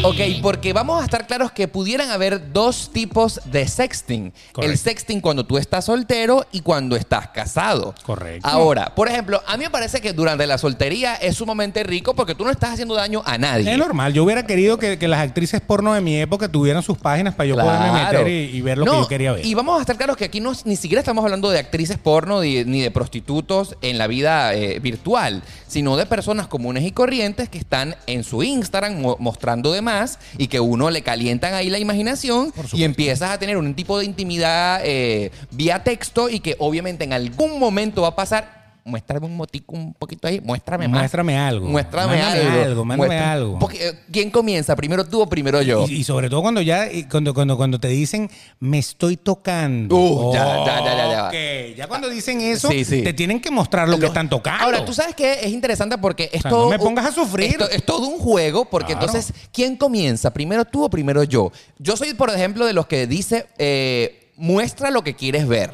Ok, porque vamos a estar claros que pudieran haber dos tipos de sexting.
Correcto.
El sexting cuando tú estás soltero y cuando estás casado.
Correcto.
Ahora, por ejemplo, a mí me parece que durante la soltería es sumamente rico porque tú no estás haciendo daño a nadie.
Es normal, yo hubiera querido que, que las actrices porno de mi época tuvieran sus páginas para yo poderme
Claro.
meter y, y ver lo que
No,
yo quería ver.
Y vamos a estar claros que aquí no, ni siquiera estamos hablando de actrices porno ni, ni de prostitutos en la vida eh, virtual, sino de personas comunes y corrientes que están en su Instagram mo- mostrando de más y que uno le calientan ahí la imaginación y empiezas a tener un tipo de intimidad eh, vía texto y que obviamente en algún momento va a pasar. Muéstrame un motico un poquito ahí, muéstrame más.
Muéstrame algo.
Muéstrame
Mándame
algo.
algo, mándame
Muéstrame-
algo.
Porque, eh, ¿Quién comienza? ¿Primero tú o primero yo?
Y, y sobre todo cuando ya, y cuando, cuando, cuando te dicen, me estoy tocando.
Uh, ya, ya, ya, ya, ya.
Ok, ya cuando dicen eso,
Sí, sí.
te tienen que mostrar lo que
Los-
están tocando.
Ahora, tú sabes que es interesante porque
sea,
esto.
no me pongas a sufrir.
Esto, es todo un juego, porque
Claro.
entonces, ¿quién comienza? ¿Primero tú o primero yo? Yo soy, por ejemplo, de los que dice: eh, muestra lo que quieres ver.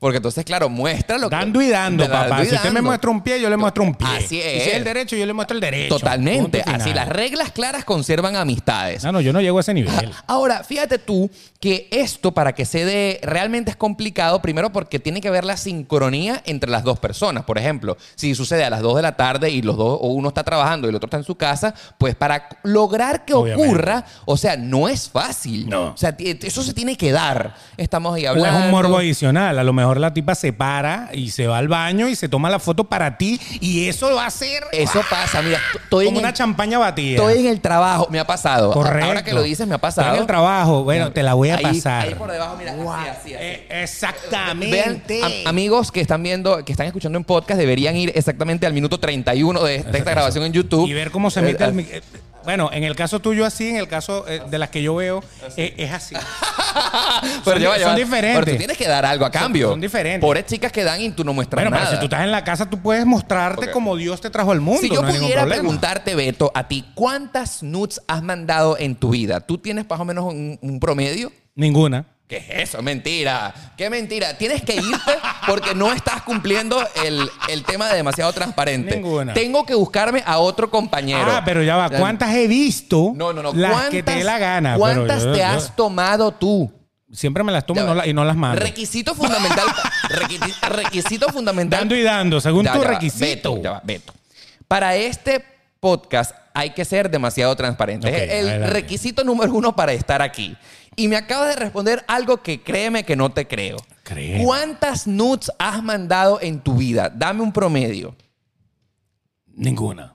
Porque entonces, claro, muestra lo
Dando
que.
y dando,
Dando
papá.
y
Si usted me
dando.
muestra un pie, yo le muestro un pie.
Así
Y si
es.
es el derecho, yo le muestro el derecho.
Totalmente.
Punto
Así,
final.
las reglas claras conservan amistades.
No, no, yo no llego a ese nivel.
Ahora, fíjate tú que esto para que se dé realmente es complicado, primero porque tiene que haber la sincronía entre las dos personas. Por ejemplo, si sucede a las 2 de la tarde y los dos, o uno está trabajando y el otro está en su casa, pues para lograr que
Obviamente.
ocurra, o sea, no es fácil.
No.
O sea, ti- eso se tiene que dar. Estamos ahí
O es
hablando.
un morbo adicional. A lo mejor la tipa se para y se va al baño y se toma la foto para ti. Y eso va a ser
Eso pasa, mira, t- estoy en,
como una
el,
champaña batida.
estoy en el trabajo, me ha pasado. A-
Correcto.
Ahora que lo dices, me ha pasado.
Está en el trabajo. Bueno, te la voy a
Ahí-
pasar.
Ahí por debajo, mira, así, así, así.
Eh,
Vean,
exactamente.
am- amigos que están viendo, que están escuchando en podcast, deberían ir exactamente al minuto 31 de esta, esta grabación en YouTube.
y ver cómo se mete
Eh,
el mic- eh, Bueno, en el caso tuyo así, en el caso eh, de las que yo veo, eh, es así.
Ah, pero
son-
ya va, ya
son
va.
diferentes.
Pero tú tienes que dar algo a cambio.
son diferentes.
Pobres chicas que dan y tú no muestras
bueno,
nada.
pero si tú estás en la casa, tú puedes mostrarte
Ok.
como Dios te trajo al mundo.
Si yo
no hay ningún
pudiera
problema.
preguntarte, Beto, a ti, ¿cuántas nudes has mandado en tu vida? ¿Tú tienes más o menos un, un promedio?
Ninguna.
¿Qué es eso? Mentira. ¿Qué mentira? Tienes que irte porque no estás cumpliendo el, el tema de demasiado transparente.
Ninguna.
Tengo que buscarme a otro compañero.
Ah, pero ya va.
Ya-
¿Cuántas he visto?
No, no, no.
Las que te dé la gana. pero
¿Cuántas
yo-
te
yo-
has tomado tú?
Siempre me las tomo
Ya
y
va.
no la- y no las mando.
Requisito fundamental. requisito, requisito fundamental.
Dando y dando, según
Ya,
tu
ya va.
requisito.
Beto, ya va, Beto. Para este podcast hay que ser demasiado transparente.
Ok,
Es el
adelante.
requisito número uno para estar aquí. Y me acabas de responder algo que créeme que no te creo.
Créeme.
¿Cuántas nudes has mandado en tu vida? Dame un promedio.
Ninguna.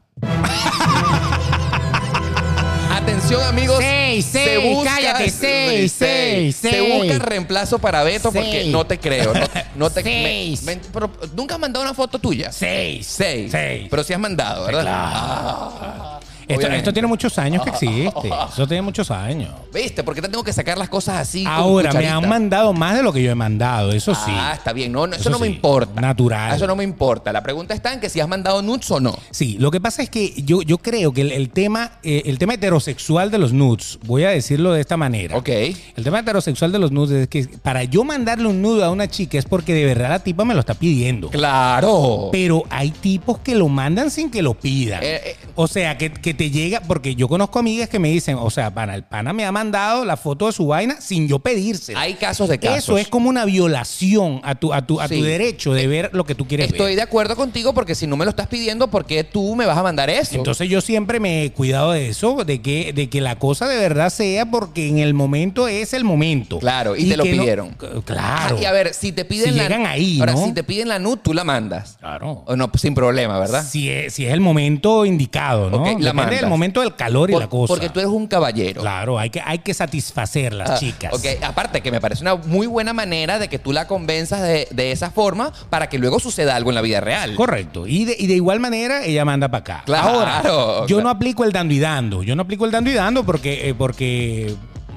Atención amigos.
Seis,
se
seis, cállate, seis, seis,
Se
seis.
busca reemplazo para Beto porque
Seis.
no te creo. No, no te,
Seis.
me- me- pero, Nunca has mandado una foto tuya.
Seis.
Seis.
Seis.
Pero sí has mandado, ¿verdad?
Claro.
Ah,
Esto,
obviamente.
esto tiene muchos años que existe. Eso tiene muchos años.
¿Viste? Porque tengo que sacar las cosas así. con
Ahora, me
cucharita?
han mandado más de lo que yo he mandado, eso sí.
Ah, está bien. No, no, eso,
Eso
no me
sí,
importa.
natural.
Eso no me importa. La pregunta está en que si has mandado nudes o no.
Sí, lo que pasa es que yo, yo creo que el, el tema, eh, el tema heterosexual de los nudes, voy a decirlo de esta manera.
Ok.
El tema heterosexual de los nudes es que para yo mandarle un nudo a una chica es porque de verdad la tipa me lo está pidiendo.
Claro.
Pero hay tipos que lo mandan sin que lo pidan.
Eh, eh.
O sea, que, que te llega, porque yo conozco amigas que me dicen, o sea, pana, el pana me ha mandado la foto de su vaina sin yo pedírsela.
Hay casos de casos.
Eso es como una violación a tu, a tu, a tu
Sí.
derecho de ver lo que tú quieres ver.
Estoy de acuerdo contigo porque si no me lo estás pidiendo, ¿por qué tú me vas a mandar eso?
Entonces yo siempre me he cuidado de eso, de que, de que la cosa de verdad sea porque en el momento es el momento.
Claro, y te lo
que no-
pidieron.
C- claro.
Ah, y a ver, si te piden
Si
la
llegan ahí,
Ahora,
¿no?
si te piden la nude, tú la mandas.
Claro.
O no, sin problema, ¿verdad?
Si es, si es el momento indicado, ¿no?
Ok, la
Depende
mandas.
del momento del calor y
Por-
la cosa.
Porque tú eres un caballero.
Claro, hay que, hay que satisfacer las
Ah,
chicas.
ok, aparte que me parece una muy buena manera de que tú la convenzas de, de esa forma para que luego suceda algo en la vida real.
Correcto. Y de, y de igual manera, ella manda para acá.
Claro,
Ahora, yo
claro.
no aplico el dando y dando. Yo no aplico el dando y dando porque. eh, porque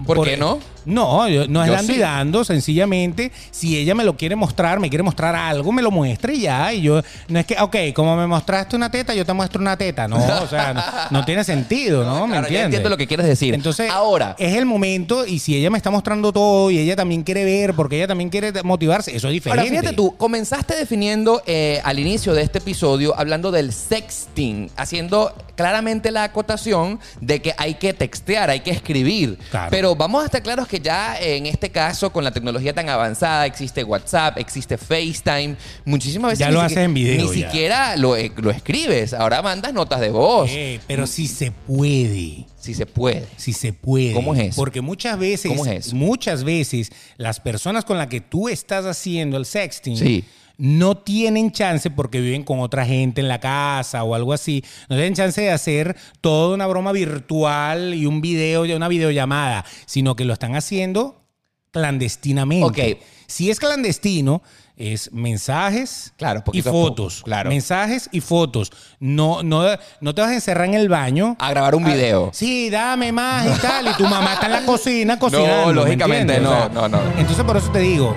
¿Por qué no?
No, yo- no es
Yo
dando
sí.
y dando, sencillamente. Si ella me lo quiere mostrar, me quiere mostrar algo, me lo muestre y ya. Y yo, no es que, ok, como me mostraste una teta, yo te muestro una teta. No, o sea, no, no tiene sentido, ¿no?
Ahora,
¿Me
ya
entiendes?
entiendo lo que quieres decir.
Entonces,
ahora,
es el momento y si ella me está mostrando todo y ella también quiere ver, porque ella también quiere motivarse, eso es diferente.
Ahora, fíjate tú, comenzaste definiendo eh, al inicio de este episodio hablando del sexting, haciendo claramente la acotación de que hay que textear, hay que escribir.
Claro.
Pero vamos a estar claros que ya eh, en este caso, con la tecnología tan avanzada, existe WhatsApp, existe FaceTime, muchísimas veces
Ya
ni
lo
siquiera-
haces en video,
Ni
ya.
siquiera lo, eh, lo escribes, ahora mandas notas de voz,
Eh, pero si se puede.
si se puede.
Si se puede.
¿Cómo es eso?
Porque muchas veces,
¿Cómo es eso?
muchas veces, las personas con las que tú estás haciendo el sexting
Sí.
no tienen chance porque viven con otra gente en la casa o algo así. No tienen chance de hacer toda una broma virtual y un video, una videollamada, sino que lo están haciendo clandestinamente.
Ok.
Si es clandestino, es mensajes
Claro,
y
poquito a poco,
fotos.
claro.
Mensajes y fotos. No, no, no te vas a encerrar en el baño
A grabar un
Ah,
video.
Sí, dame más y tal. Y tu mamá está en la cocina cocinando. ¿me
lógicamente,
entiendes?
no, no, no.
Entonces, por eso te digo,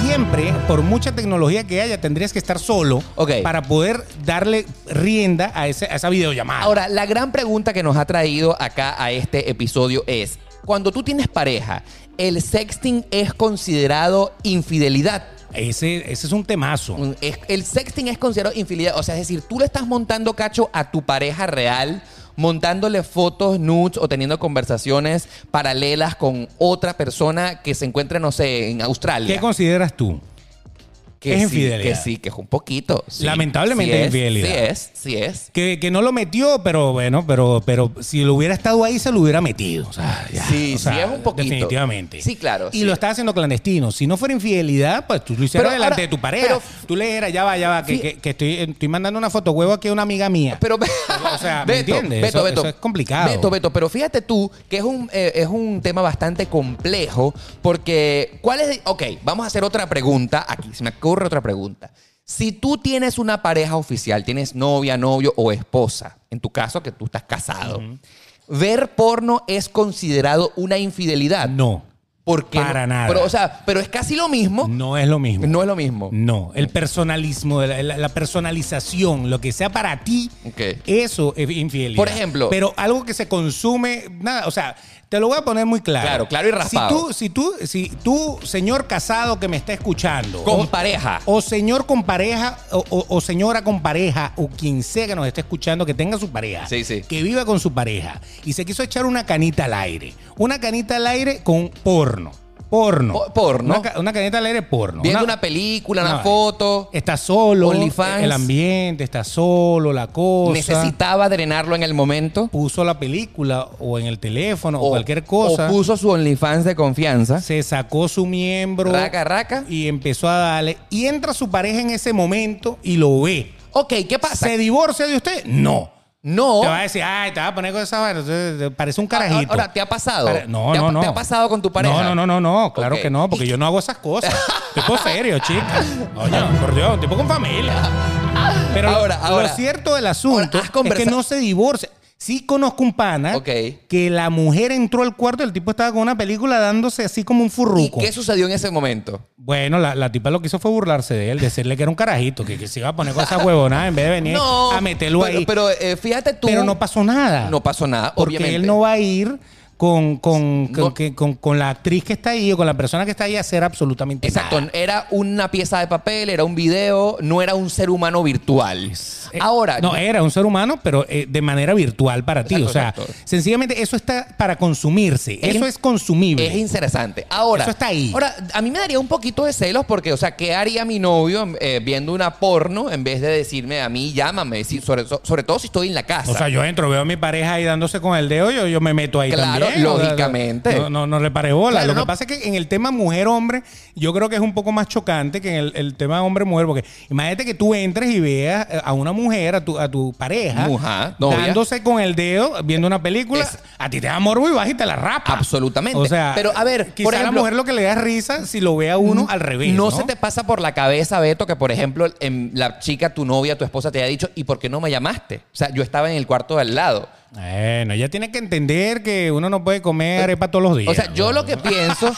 siempre, por mucha tecnología que haya, tendrías que estar solo
Ok.
para poder darle rienda a, ese- a esa videollamada.
Ahora, la gran pregunta que nos ha traído acá a este episodio es, cuando tú tienes pareja, ¿el sexting es considerado infidelidad?
ese, ese es un temazo.
Un- es- el sexting es considerado infidelidad, o sea, es decir, tú le estás montando cacho a tu pareja real, montándole fotos nudes o teniendo conversaciones paralelas con otra persona que se encuentra, no sé, en Australia.
¿Qué consideras tú?
que
es
sí,
infidelidad?
Que sí, que es un poquito. sí.
Lamentablemente
Sí es,
infidelidad.
Sí es, sí es.
Que, que no lo metió, pero bueno, pero, pero si lo hubiera estado ahí, se lo hubiera metido. O sea, ya,
Sí,
o sea,
sí, es un poquito.
Definitivamente.
Sí, claro,
Y
sí.
lo estás haciendo clandestino. Si no fuera infidelidad, pues tú lo hicieras
Pero
delante
ahora-
de tu pareja.
pero-
tú le dijeras, ya va, ya va, que,
Fí-
que- que estoy, estoy mandando una foto huevo aquí a una amiga mía.
Pero,
O sea, ¿me entiendes? Eso- eso es complicado.
Beto, Beto, pero fíjate tú que es un, eh, es un tema bastante complejo porque, ¿cuál es? Ok, vamos a hacer otra pregunta aquí, se me ocurre otra pregunta. Si tú tienes una pareja oficial, tienes novia, novio o esposa, en tu caso que tú estás casado, ver porno es considerado una infidelidad.
no,
porque
para nada.
Pero, o sea, pero es casi lo mismo.
no es lo mismo.
No es lo mismo.
No, el personalismo, la, la- la personalización, lo que sea para ti,
Ok.
eso es infidelidad.
Por ejemplo.
Pero algo que se consume, nada, o sea, te lo voy a poner muy claro.
Claro, claro y raspado.
Si tú, si tú, si tú, señor casado que me está escuchando.
Con
o-
pareja.
O señor con pareja, o, o- o señora con pareja, o quien sea que nos esté escuchando, que tenga su pareja.
Sí, sí.
Que viva con su pareja. Y se quiso echar una canita al aire. Una canita al aire con porno. Porno.
Po- porno.
Una, ca- una canita al aire porno.
Viendo una, película, una
no,
foto.
Está solo,
OnlyFans.
el ambiente está solo, la cosa.
necesitaba drenarlo en el momento.
Puso la película o en el teléfono o, cualquier cosa.
O puso su OnlyFans de confianza.
se sacó su miembro
Raca, raca.
y empezó a darle. Y entra su pareja en ese momento y lo ve.
Ok, ¿qué pasa?
¿Se divorcia de usted? No.
No. Ah,
Te va a decir, ay, te va a poner con esa vaina, entonces, te- Parece un carajito.
Ahora, ¿te ha pasado?
Pare- No,
¿Te ha-
no, no.
te ha pasado con tu pareja?
No, no, no, no, no, claro
Ok.
que no, porque yo no hago esas cosas. tipo serio, chica. Oye, por Dios, un tipo con familia. Pero
Ahora,
lo-
ahora.
lo cierto del asunto
Ahora, has conversa-
es que no se divorcia. Sí conozco un pana
Ok.
que la mujer entró al cuarto y el tipo estaba con una película dándose así como un
¿Y
furruco.
qué sucedió en ese momento?
Bueno, la, la tipa lo que hizo fue burlarse de él, decirle que era un carajito, que, que se iba a poner con esa huevonada en vez de venir
No.
a meterlo
pero,
ahí. Pero,
Pero eh, fíjate tú.
no pasó nada.
No pasó nada,
Porque
obviamente.
él no va a ir con, con, con,
No.
que- con- con la actriz que está ahí o con la persona que está ahí a hacer absolutamente
Exacto,
nada.
era una pieza de papel, era un video, no era un ser humano virtual.
Eh,
Ahora,
No, era un ser humano, pero eh, de manera virtual para ti.
Exacto,
o sea,
exacto.
sencillamente eso está para consumirse.
Es-
eso es consumible.
Es interesante. Ahora,
Eso está ahí.
Ahora, a mí me daría un poquito de celos porque, o sea, ¿qué haría mi novio eh, viendo una porno en vez de decirme a mí, llámame? Si- sobre, so- sobre todo si estoy en la casa.
O sea, yo entro, veo a mi pareja ahí dándose con el dedo, yo, yo me meto ahí
Claro,
también. O sea,
lógicamente.
No, no, no le paré bola.
Claro,
Lo que
no.
pasa es que en el tema mujer-hombre, yo creo que es un poco más chocante que en el, el tema hombre-mujer, porque imagínate que tú entres y veas eh, a una mujer, a tu, a tu pareja,
Mujá, novia.
dándose con el dedo viendo una película,
Es-
a ti te da morbo y vas y te la rapa.
Absolutamente.
O sea,
Pero, a ver, por
quizá a la
ejemplo-
mujer lo que le da es risa si lo ve a uno al revés.
No,
No,
se te pasa por la cabeza, Beto, que por ejemplo en la chica, tu novia, tu esposa te haya dicho, ¿y por qué no me llamaste? O sea, yo estaba en el cuarto de al lado.
Bueno, ella tiene que entender que uno no puede comer arepa todos los días.
Eh, O sea, yo lo que pienso,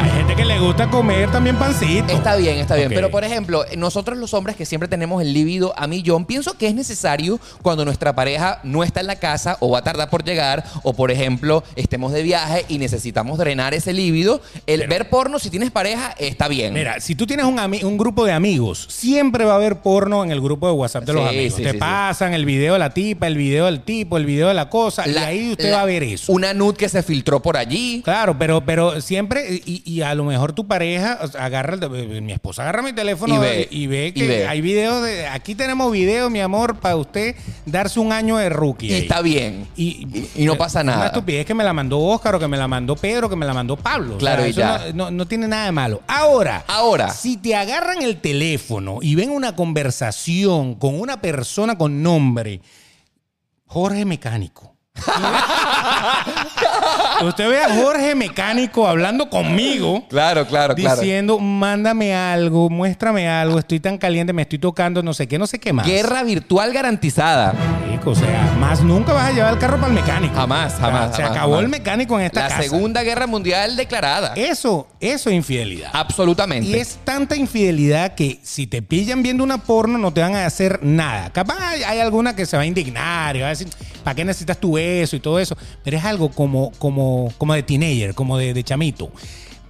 Hay gente que le gusta comer también pancito.
está bien, está bien.
Ok.
Pero por ejemplo, nosotros los hombres que siempre tenemos el líbido a millón, pienso que es necesario cuando nuestra pareja no está en la casa o va a tardar por llegar, o por ejemplo, estemos de viaje y necesitamos drenar ese líbido. El
Pero-
ver porno, si tienes pareja, está bien.
Mira, si tú tienes un, ami- un grupo de amigos, siempre va a haber porno en el grupo de WhatsApp de los
Sí,
amigos.
sí,
Te
sí, sí.
pasan el video de la tipa, el video del tipo, el video de la cosa, y
La-
ahí usted
la-
va a ver eso.
Una nude que se filtró por allí.
Claro, pero, pero siempre, y, y a lo mejor tu pareja o sea, agarra, el te- eh, mi esposa agarra mi teléfono
Y
y
ve,
ve,
y
que
ve.
hay videos de, aquí tenemos video, mi amor, para usted darse un año de rookie.
Y
ahí.
está bien.
Y, eh,
Y no pasa nada.
Una estupidez que me la mandó Óscar o que me la mandó Pedro, que me la mandó Pablo. O
Claro,
sea,
y
eso
ya.
No, no- no tiene nada de malo. Ahora,
Ahora.
si te agarran el teléfono y ven una conversación con una persona con nombre, Jorge Mecánico. Usted ve a Jorge Mecánico hablando conmigo.
Claro, claro, Ah, claro.
Diciendo, mándame algo, muéstrame algo, estoy tan caliente, me estoy tocando, no sé qué, no sé qué más.
Guerra virtual garantizada.
Marico, o sea, más nunca vas a llevar el carro para el mecánico.
Jamás,
O sea,
jamás,
Se
jamás,
acabó
jamás.
el mecánico en esta
La
casa.
Segunda Guerra Mundial declarada.
Eso, eso es infidelidad.
Absolutamente.
Y es tanta infidelidad que si te pillan viendo una porno no te van a hacer nada. Capaz hay, hay alguna que se va a indignar y va a decir, ¿para qué necesitas tu eso y todo eso? Pero es algo como, como, como de teenager, como de, de chamito.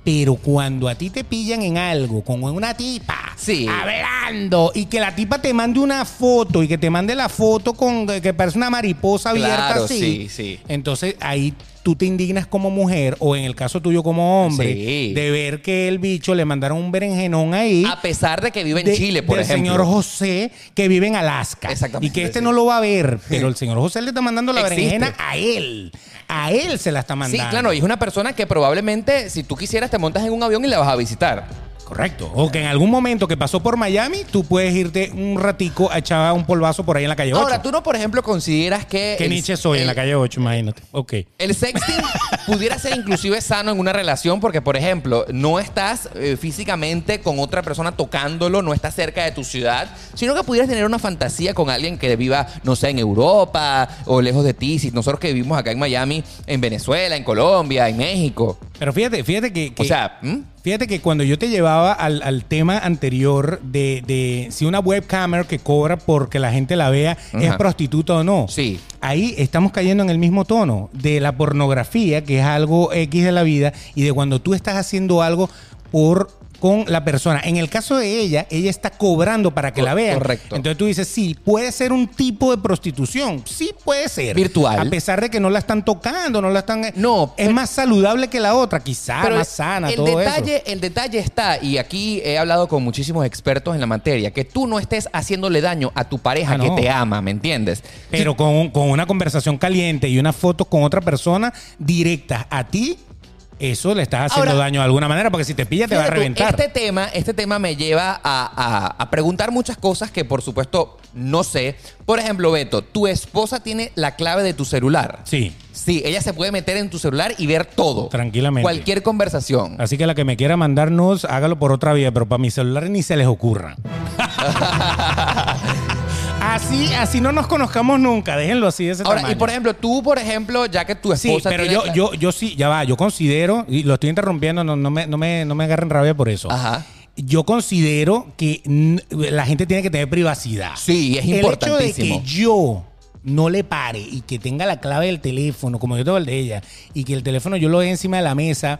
Pero cuando a ti te pillan en algo, con una tipa,
Sí.
hablando, y que la tipa te mande una foto y que te mande la foto con eh, que parece una mariposa abierta
Claro,
así.
sí, sí.
Entonces ahí tú te indignas como mujer, o en el caso tuyo como hombre,
Sí.
de ver que el bicho le mandaron un berenjenón ahí.
A pesar de que vive Ah, en
de-
Chile, por
del
ejemplo.
señor José que vive en Alaska.
Exactamente,
Y que este
sí.
no lo va a ver, pero el señor José le está mandando la
Existe.
berenjena a él. A él se la está
Sí,
mandando.
claro, y es una persona que probablemente, si tú quisieras, te montas en un avión y la vas a visitar.
Correcto. O que en algún momento que pasó por Miami, tú puedes irte un ratico a echar un polvazo por ahí en la calle 8.
Ahora, tú no, por ejemplo, consideras que.
que
el-
Nietzsche soy en
el-
la calle 8, imagínate. Ok.
El sexting pudiera ser inclusive sano en una relación porque, por ejemplo, no estás eh, físicamente con otra persona tocándolo, no estás cerca de tu ciudad, sino que pudieras tener una fantasía con alguien que viva, no sé, en Europa o lejos de ti, si nosotros que vivimos acá en Miami, en Venezuela, en Colombia, en México.
Pero fíjate, fíjate que, que-
O sea, ¿m?
Fíjate que cuando yo te llevaba al, al tema anterior de, de si una webcam que cobra porque la gente la vea es
Ajá.
prostituta o no.
Sí.
Ahí estamos cayendo en el mismo tono de la pornografía, que es algo X de la vida, y de cuando tú estás haciendo algo por con la persona. En el caso de ella, ella está cobrando para que
Co-
la vean.
correcto.
Entonces tú dices, sí, puede ser un tipo de prostitución. Sí puede ser.
Virtual.
A pesar de que no la están tocando, no la están...
No, pues
Es más saludable que la otra,
Ah,
quizá, Ah, más sana,
el
todo eso.
detalle, El detalle está, y aquí he hablado con muchísimos expertos en la materia, que tú no estés haciéndole daño a tu pareja
Ah,
que
no.
te ama, ¿me entiendes?
Pero con, un- con una conversación caliente y una foto con otra persona directa a ti, eso le estás haciendo
Ahora-
daño de alguna manera, porque si te pilla te va a
Fíjate tú,
reventar.
Este tema, este tema me lleva a, a- a preguntar muchas cosas que, por supuesto, no sé. Por ejemplo, Beto, tu esposa tiene la clave de tu celular.
Sí.
Sí, ella se puede meter en tu celular y ver todo.
Tranquilamente.
Cualquier conversación.
Así que la que me quiera mandarnos, hágalo por otra vía, pero para mi celular ni se les ocurra. Así, así no nos conozcamos nunca, déjenlo así de ese
Ahora, y
tamaño.
por ejemplo, tú, por ejemplo, ya que tu
Sí,
esposa
pero
tiene-
yo, yo, yo sí, ya va, yo considero, y lo estoy interrumpiendo, no, no, me, no, me, no me agarren rabia por eso.
Ajá.
Yo considero que mm, la gente tiene que tener privacidad.
Sí, es
El hecho de
importantísimo.
que yo no le pare y que tenga la clave del teléfono, como yo tengo el de ella, y que el teléfono yo lo dé encima de la mesa,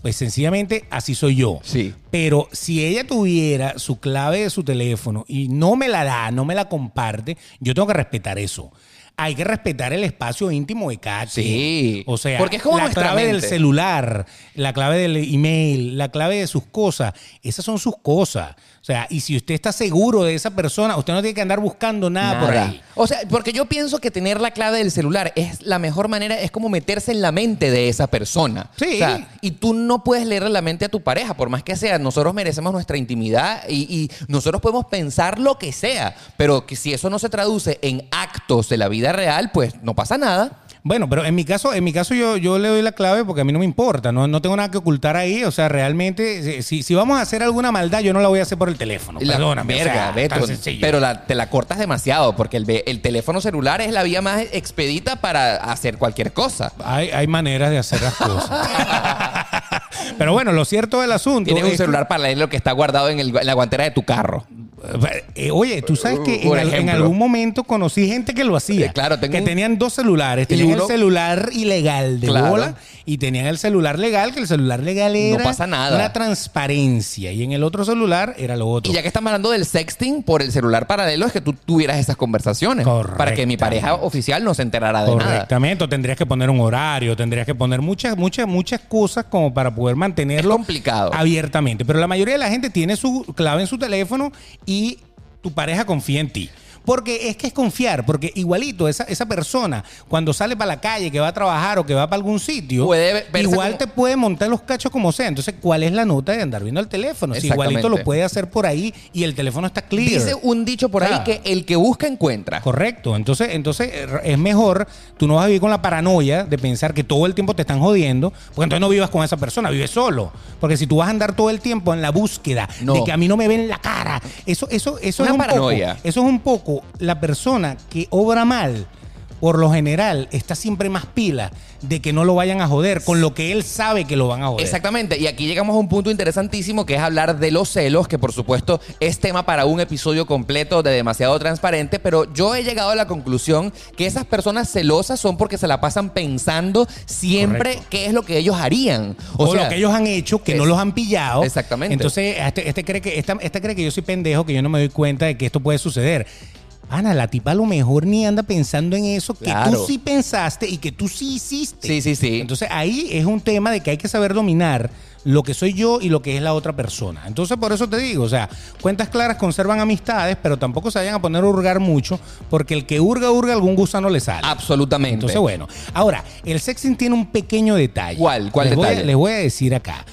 pues sencillamente así soy yo.
Sí.
Pero si ella tuviera su clave de su teléfono y no me la da, no me la comparte, yo tengo que respetar eso. Hay que respetar el espacio íntimo de cada quien.
Sí.
O sea,
Porque es como
la
nuestra
clave del
mente.
celular, la clave del email, la clave de sus cosas. Esas son sus cosas. O sea, y si usted está seguro de esa persona, usted no tiene que andar buscando nada, por
Nada.
ahí.
Ah, O sea, porque yo pienso que tener la clave del celular es la mejor manera, es como meterse en la mente de esa persona.
Sí.
O sea, y tú no puedes leer la mente a tu pareja, por más que sea. Nosotros merecemos nuestra intimidad y, y nosotros podemos pensar lo que sea, pero que si eso no se traduce en actos de la vida real, pues no pasa nada.
Bueno, pero en mi caso, en mi caso yo, yo le doy la clave porque a mí no me importa, no, no tengo nada que ocultar ahí. O sea, realmente, si, si vamos a hacer alguna maldad, yo no la voy a hacer por el teléfono.
La
Perdóname. o sea,
verga, Beto,
tan sencillo.
pero la- te la cortas demasiado porque el, ve- el teléfono celular es la vía más expedita para hacer cualquier cosa.
hay, hay maneras de hacer las cosas. pero bueno, lo cierto del asunto.
Tienes un
es que-
celular paralelo que está guardado en, el- en la guantera de tu carro.
Eh, oye, tú sabes que en,
Por
al- en
ejemplo.
algún momento conocí gente que lo hacía.
Eh, claro, tengo
que
un-
tenían dos celulares. Tenían
uno-
el celular ilegal de
Claro.
bola y tenían el celular legal, que el celular legal era
pasa nada.
una transparencia. Y en el otro celular era lo otro.
Y ya que estamos hablando del sexting por el celular paralelo, es que tú tuvieras esas conversaciones.
Correcto.
Para que mi pareja oficial no se enterara de nada.
Correctamente, o tendrías que poner un horario, tendrías que poner muchas, muchas, muchas cosas como para poder mantenerlo
Es complicado.
abiertamente. Pero la mayoría de la gente tiene su clave en su teléfono y tu pareja confía en ti. Porque es que es confiar, porque igualito esa, esa persona cuando sale para la calle, que va a trabajar o que va para algún sitio,
Puede verse
igual
como-
te puede montar los cachos como sea. Entonces, ¿cuál es la nota de andar viendo el teléfono? Si igualito
Exactamente.
lo puede hacer por ahí y el teléfono está clear.
Dice un dicho por ahí
Claro.
que el que busca encuentra.
Ah. Correcto. Entonces, entonces eh, es mejor, tú no vas a vivir con la paranoia de pensar que todo el tiempo te están jodiendo, porque entonces no vivas con esa persona, vives solo. Porque si tú vas a andar todo el tiempo en la búsqueda
No.
de que a mí no me ven la cara, eso, eso, eso
Una
es un
paranoia.
poco. Eso es un poco la persona que obra mal. Por lo general, está siempre más pila de que no lo vayan a joder con lo que él sabe que lo van a joder.
Exactamente, y aquí llegamos a un punto interesantísimo que es hablar de los celos, que por supuesto es tema para un episodio completo de demasiado transparente, pero yo he llegado a la conclusión que esas personas celosas son porque se la pasan pensando siempre
Correcto.
qué es lo que ellos harían.
O, lo que ellos han hecho, que no
es-
los han pillado.
Exactamente.
Entonces, este, este cree que, esta, esta cree que yo soy pendejo, que yo no me doy cuenta de que esto puede suceder. Ana, la tipa a lo mejor ni anda pensando en eso que
Claro.
tú sí pensaste y que tú sí hiciste.
Sí, sí, sí.
Entonces, ahí es un tema de que hay que saber dominar lo que soy yo y lo que es la otra persona. Entonces, por eso te digo, o sea, cuentas claras conservan amistades, pero tampoco se vayan a poner a hurgar mucho, porque el que hurga, hurga, algún gusano le sale.
Absolutamente.
Entonces, bueno. Ahora, el sexting tiene un pequeño detalle.
¿Cuál? ¿Cuál
les Voy
detalle?
a, les voy a decir acá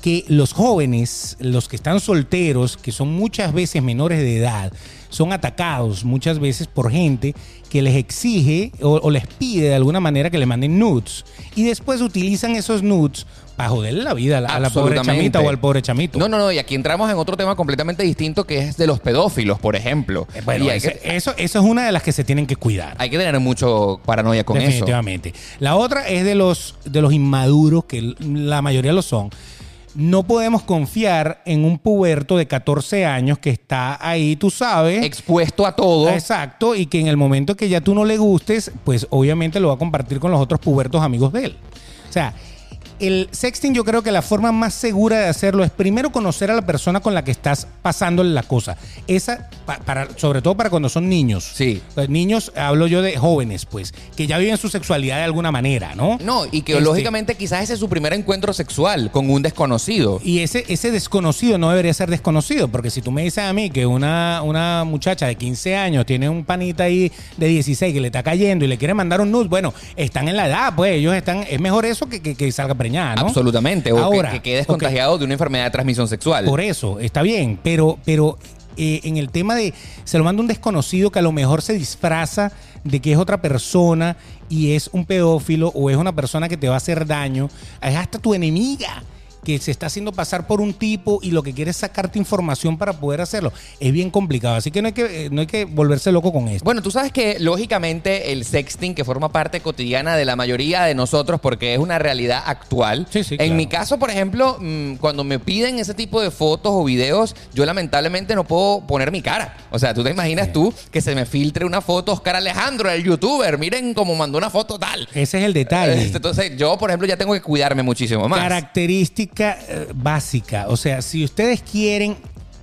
que los jóvenes, los que están solteros, que son muchas veces menores de edad, son atacados muchas veces por gente que les exige o, o les pide de alguna manera que le manden nudes. Y después utilizan esos nudes para joderle la vida a la, a la pobre
Absolutamente.
chamita o al pobre chamito.
No, no, no, y aquí entramos en otro tema completamente distinto que es de los pedófilos, por ejemplo.
Eh, Bueno,
Y hay,
ese-
que,
eso, eso es una de las que se tienen que cuidar.
hay que tener mucho paranoia con eso.
Definitivamente. La otra es de los, de los inmaduros, que l- la mayoría lo son. No podemos confiar en un puberto de 14 años que está ahí, tú sabes.
Expuesto a todo.
Exacto, y que en el momento que ya tú no le gustes, pues obviamente lo va a compartir con los otros pubertos amigos de él. O sea, el sexting yo creo que la forma más segura de hacerlo es primero conocer a la persona con la que estás pasándole la cosa. Esa, pa- para, sobre todo para cuando son niños.
Sí.
Pues, niños, hablo yo de jóvenes, pues, que ya viven su sexualidad de alguna manera, ¿no?
No, y que
Este,
lógicamente quizás ese es su primer encuentro sexual con un desconocido.
Y ese, ese desconocido no debería ser desconocido, porque si tú me dices a mí que una, una muchacha de 15 años tiene un panita ahí de 16 que le está cayendo y le quiere mandar un nude, bueno, están en la edad, pues ellos están, es mejor eso que, que, que salga preñada, ¿no?
Absolutamente. O que-
Ahora,
que, quedes
ok.
contagiado de una enfermedad de transmisión sexual.
Por eso, está bien, pero, pero eh, en el tema de se lo manda un desconocido que a lo mejor se disfraza de que es otra persona y es un pedófilo o es una persona que te va a hacer daño, es hasta tu enemiga. que se está haciendo pasar por un tipo y lo que quiere es sacarte información para poder hacerlo. Es bien complicado, así que no hay que, eh, no hay que volverse loco con esto.
Bueno, tú sabes que lógicamente el sexting que forma parte cotidiana de la mayoría de nosotros porque es una realidad actual.
Sí, sí,
en
claro.
mi caso, por ejemplo, mm, cuando me piden ese tipo de fotos o videos, yo lamentablemente no puedo poner mi cara. O sea, tú te imaginas tú que se me filtre una foto Oscar Alejandro, el youtuber, miren cómo mandó una foto tal.
Ese es el detalle.
Este, Entonces, yo, por ejemplo, ya tengo que cuidarme muchísimo más.
Característica eh, básica. O sea, si ustedes quieren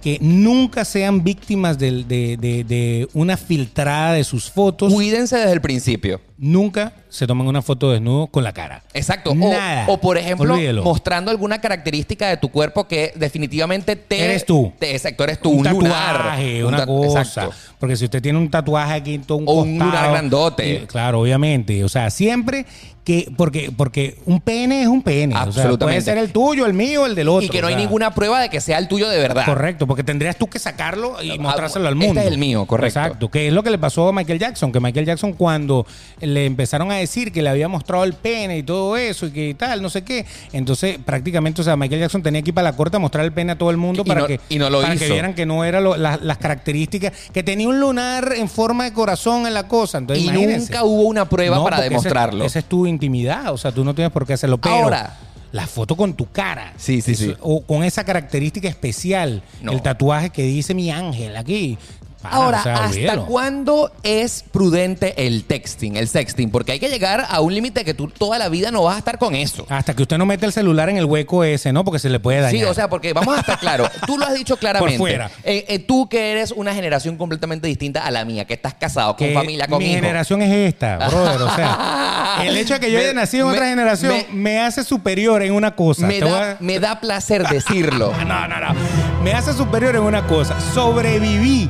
que nunca sean víctimas del- de, de- de una filtrada de sus fotos,
Cuídense desde el principio.
nunca se tomen una foto desnudo con la cara.
Exacto. O-
Nada.
O, por ejemplo,
Olvídelo.
mostrando alguna característica de tu cuerpo que definitivamente te.
Eres tú.
te- exacto, eres tú.
un,
Un, lunar.
tatuaje,
Un
una
ta-
cosa.
exacto.
Porque si usted tiene un tatuaje aquí en todo un
O un
costado,
lunar grandote.
y- claro, obviamente. O sea, siempre que... Porque, porque un pene es un pene. O sea,
Absolutamente.
puede ser el tuyo, el mío, el del otro.
Y que no
o
hay
sea,
ninguna prueba de que sea el tuyo de verdad.
Correcto, porque tendrías tú que sacarlo y mostrárselo al
este
mundo.
es el mío, correcto.
Exacto, que es lo que le pasó a Michael Jackson, que Michael Jackson cuando le empezaron a decir que le había mostrado el pene y todo eso y que tal, no sé qué, entonces prácticamente, o sea, Michael Jackson tenía que ir para la corte a mostrar el pene a todo el mundo
Y
para,
no-
que,
y no lo
para
hizo.
que vieran que no eran las características, que tenía un lunar en forma de corazón en la cosa. Entonces,
Y
imagínense.
nunca hubo una prueba
No,
para
porque esa-
demostrarlo.
Esa es tu intimidad, o sea, tú no tienes por qué hacerlo. Pero
Ahora.
la foto con tu cara.
Sí, sí,
Eso-
sí.
O con esa característica especial,
No.
el tatuaje que dice mi ángel aquí. Pana,
Ahora,
o sea,
¿hasta
olvídalo.
cuándo es prudente el texting, el sexting? Porque hay que llegar a un límite que tú toda la vida no vas a estar con eso.
Hasta que usted no mete el celular en el hueco ese, ¿no? Porque se le puede
Sí,
dañar.
o sea, porque vamos a estar claro. Tú lo has dicho claramente.
fuera.
Eh, eh, tú que eres una generación completamente distinta a la mía, que estás casado, con
Que
familia, con
mi
hijos.
generación es esta, brother. O sea, el hecho de que yo
Me-
haya nacido en
me-
otra generación me,
me-
hace superior en una cosa.
me,
Te voy
da,
a-
me da placer decirlo.
No, no, no. Me hace superior en una cosa. Sobreviví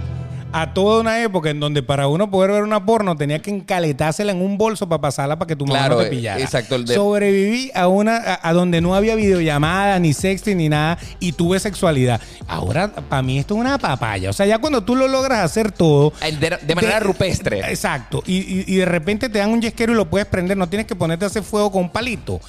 a toda una época en donde para uno poder ver una porno tenía que encaletársela en un bolso para pasarla para que tu mamá
Claro,
no te pillara.
eh, exacto, el de-
Sobreviví a una a, a donde no había videollamadas, ni sexting, ni nada, y tuve sexualidad. Ahora, para mí esto es una papaya. O sea, ya cuando tú lo logras hacer todo...
El De, de manera
te-
rupestre.
Exacto. Y, y- y de repente te dan un yesquero y lo puedes prender. No tienes que ponerte a hacer fuego con un palito.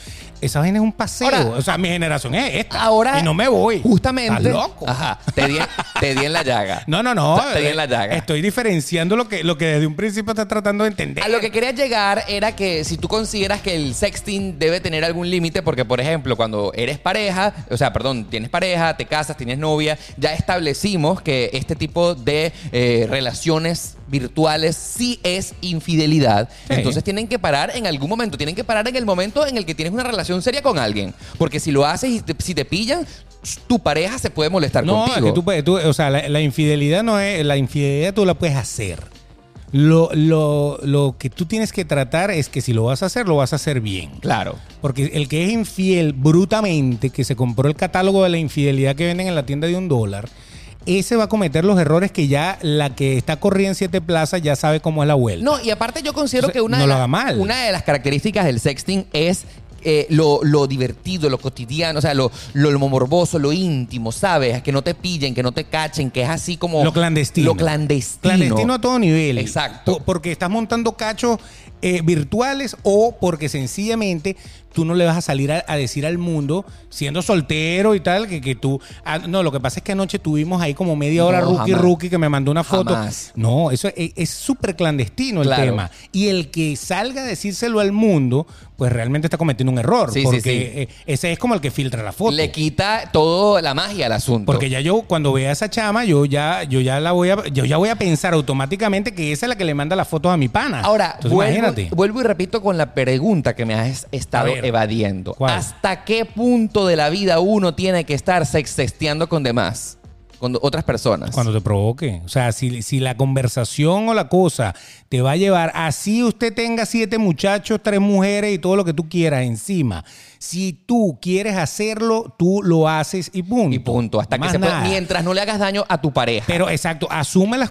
Esa vaina es un paseo.
Ahora-
o sea, mi generación es esta.
Ahora.
Y no me voy.
Justamente.
Estás loco.
Ajá. Te di, te di en la llaga.
No, no, no. eh,
Te di en la llaga.
Estoy diferenciando lo que, lo que desde un principio estás tratando de entender.
A lo que quería llegar era que si tú consideras que el sexting debe tener algún límite, porque por ejemplo, cuando eres pareja, o sea, perdón, tienes pareja, te casas, tienes novia, ya establecimos que este tipo de eh, relaciones virtuales sí es infidelidad.
Sí.
Entonces tienen que parar en algún momento, tienen que parar en el momento en el que tienes una relación seria con alguien, porque si lo haces y te- si te pillan, tu pareja se puede molestar
no,
contigo.
es que tú puedes, tú- o sea, la, la infidelidad no es, la infidelidad tú la puedes hacer. Lo, lo, lo que tú tienes que tratar es que si lo vas a hacer, lo vas a hacer bien.
Claro.
Porque el que es infiel brutamente, que se compró el catálogo de la infidelidad que venden en la tienda de un dólar, ese va a cometer los errores que ya la que está corriendo en siete plazas ya sabe cómo es la vuelta.
No, y aparte yo considero
O sea,
que una,
no
de
lo
las-
haga mal.
una de las características del sexting es eh, lo, lo divertido, lo cotidiano, o sea, lo, lo, lo morboso, lo íntimo, ¿sabes? Que no te pillen, que no te cachen, que es así como...
Lo clandestino.
Lo clandestino.
Clandestino a todo nivel.
Exacto.
Po- porque estás montando cachos eh, virtuales o porque sencillamente tú no le vas a salir a, a decir al mundo, siendo soltero y tal, que, que tú. ah, no, lo que pasa es que anoche tuvimos ahí como media hora
No,
rookie
jamás.
rookie que me mandó una foto.
Jamás.
No, eso es es súper clandestino el
Claro.
tema. Y el que salga a decírselo al mundo, pues realmente está cometiendo un error.
Sí, sí,
porque
sí.
eh, ese es como el que filtra la foto.
Le quita toda la magia al asunto.
Porque ya yo cuando vea a esa chama, yo ya, yo ya la voy a, yo ya voy a pensar automáticamente que esa es la que le manda las fotos a mi pana.
Ahora,
Entonces,
vuelvo,
imagínate.
vuelvo y repito con la pregunta que me has estado
A ver,
evadiendo.
¿cuál?
¿Hasta qué punto de la vida uno tiene que estar sextesteando con demás? Con otras personas.
Cuando te provoque. O sea, si, si la conversación o la cosa te va a llevar, así usted tenga siete muchachos, tres mujeres y todo lo que tú quieras encima. Si tú quieres hacerlo, tú lo haces y punto.
y punto. Hasta que
Más
se pueda-
nada.
Mientras no le hagas daño a tu pareja.
Pero exacto, asume las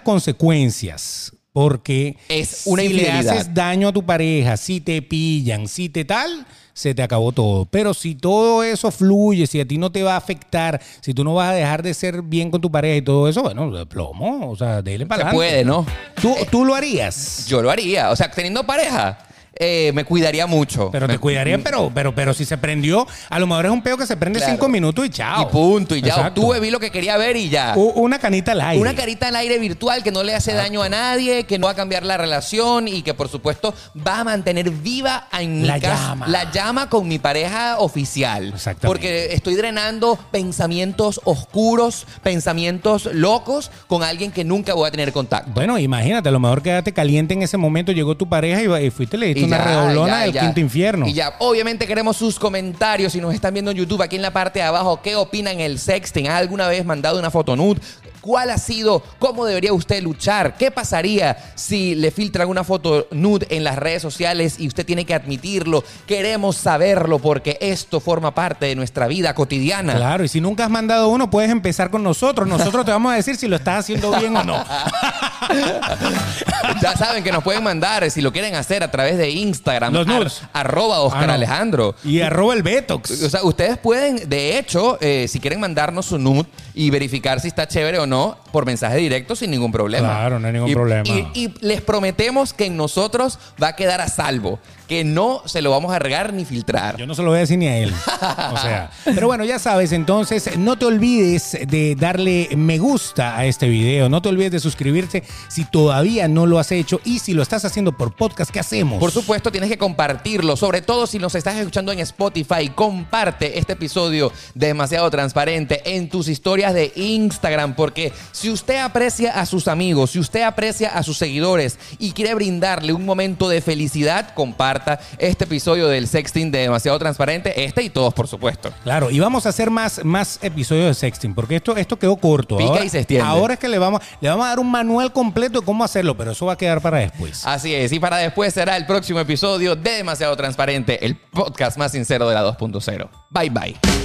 consecuencias. Porque
Es una
si le
infidelidad.
haces daño a tu pareja, si te pillan, si te tal, se te acabó todo. Pero si todo eso fluye, si a ti no te va a afectar, si tú no vas a dejar de ser bien con tu pareja y todo eso, bueno, de plomo, o sea, dele para
se puede, ¿no? Eh.
¿Tú, tú lo harías.
Yo lo haría. O sea, teniendo pareja. eh, me cuidaría mucho.
Pero te
Me- mm.
cuidaría, pero, pero, pero si se prendió, a lo mejor es un peo que se prende
Claro.
cinco minutos y chao.
Y punto, y ya
Exacto.
obtuve, vi lo que quería ver y ya.
U- Una canita al aire.
Una carita al aire virtual que no le hace daño a nadie, que no va a cambiar la relación y que por supuesto va a mantener viva en mi
La
cas-
llama.
la llama con mi pareja oficial.
Exactamente.
Porque estoy drenando pensamientos oscuros, pensamientos locos con alguien que nunca voy a tener contacto.
Bueno, imagínate, a lo mejor quedaste caliente en ese momento, llegó tu pareja y, va- y fuiste y le diste
Y
una
ya,
redoblona
ya,
del
ya.
quinto infierno.
Y ya, obviamente queremos sus comentarios. Si nos están viendo en YouTube, aquí en la parte de abajo, ¿qué opinan el sexting? ¿Ha ¿Alguna vez mandado una foto nude? ¿Cuál ha sido? ¿Cómo debería usted luchar? ¿Qué pasaría si le filtran una foto nude en las redes sociales y usted tiene que admitirlo? Queremos saberlo porque esto forma parte de nuestra vida cotidiana.
Claro, y si nunca has mandado uno, puedes empezar con nosotros. Nosotros te vamos a decir si lo estás haciendo bien o no.
Ya saben que nos pueden mandar, si lo quieren hacer, a través de Instagram.
Los nudes.
ar- arroba Oscar
Ah, no.
Alejandro.
Y arroba el Betox.
O sea, ustedes pueden, de hecho, eh, si quieren mandarnos su nude y verificar si está chévere o no, por mensaje directo sin ningún problema.
Claro, no hay ningún
Y-
problema.
Y, y les prometemos que en nosotros va a quedar a salvo, que no se lo vamos a regar ni filtrar.
Yo no se lo voy a decir ni a él. O sea, pero bueno, ya sabes, entonces no te olvides de darle me gusta a este video, no te olvides de suscribirte si todavía no lo has hecho y si lo estás haciendo por podcast, ¿qué hacemos?
Por supuesto, tienes que compartirlo, sobre todo si nos estás escuchando en Spotify. Comparte este episodio de Demasiado Transparente en tus historias de Instagram, porque si usted aprecia a sus amigos, si usted aprecia a sus seguidores y quiere brindarle un momento de felicidad, comparta este episodio del sexting de Demasiado Transparente, este y todos, por supuesto.
Claro, y vamos a hacer más, más episodios de sexting, porque esto, esto quedó corto.
Pica
ahora,
y se extiende.
Ahora es que le vamos, le vamos a dar un manual completo de cómo hacerlo, pero eso va a quedar para después.
Así es, y para después será el próximo episodio de Demasiado Transparente, el podcast más sincero de la 2.0. Bye bye.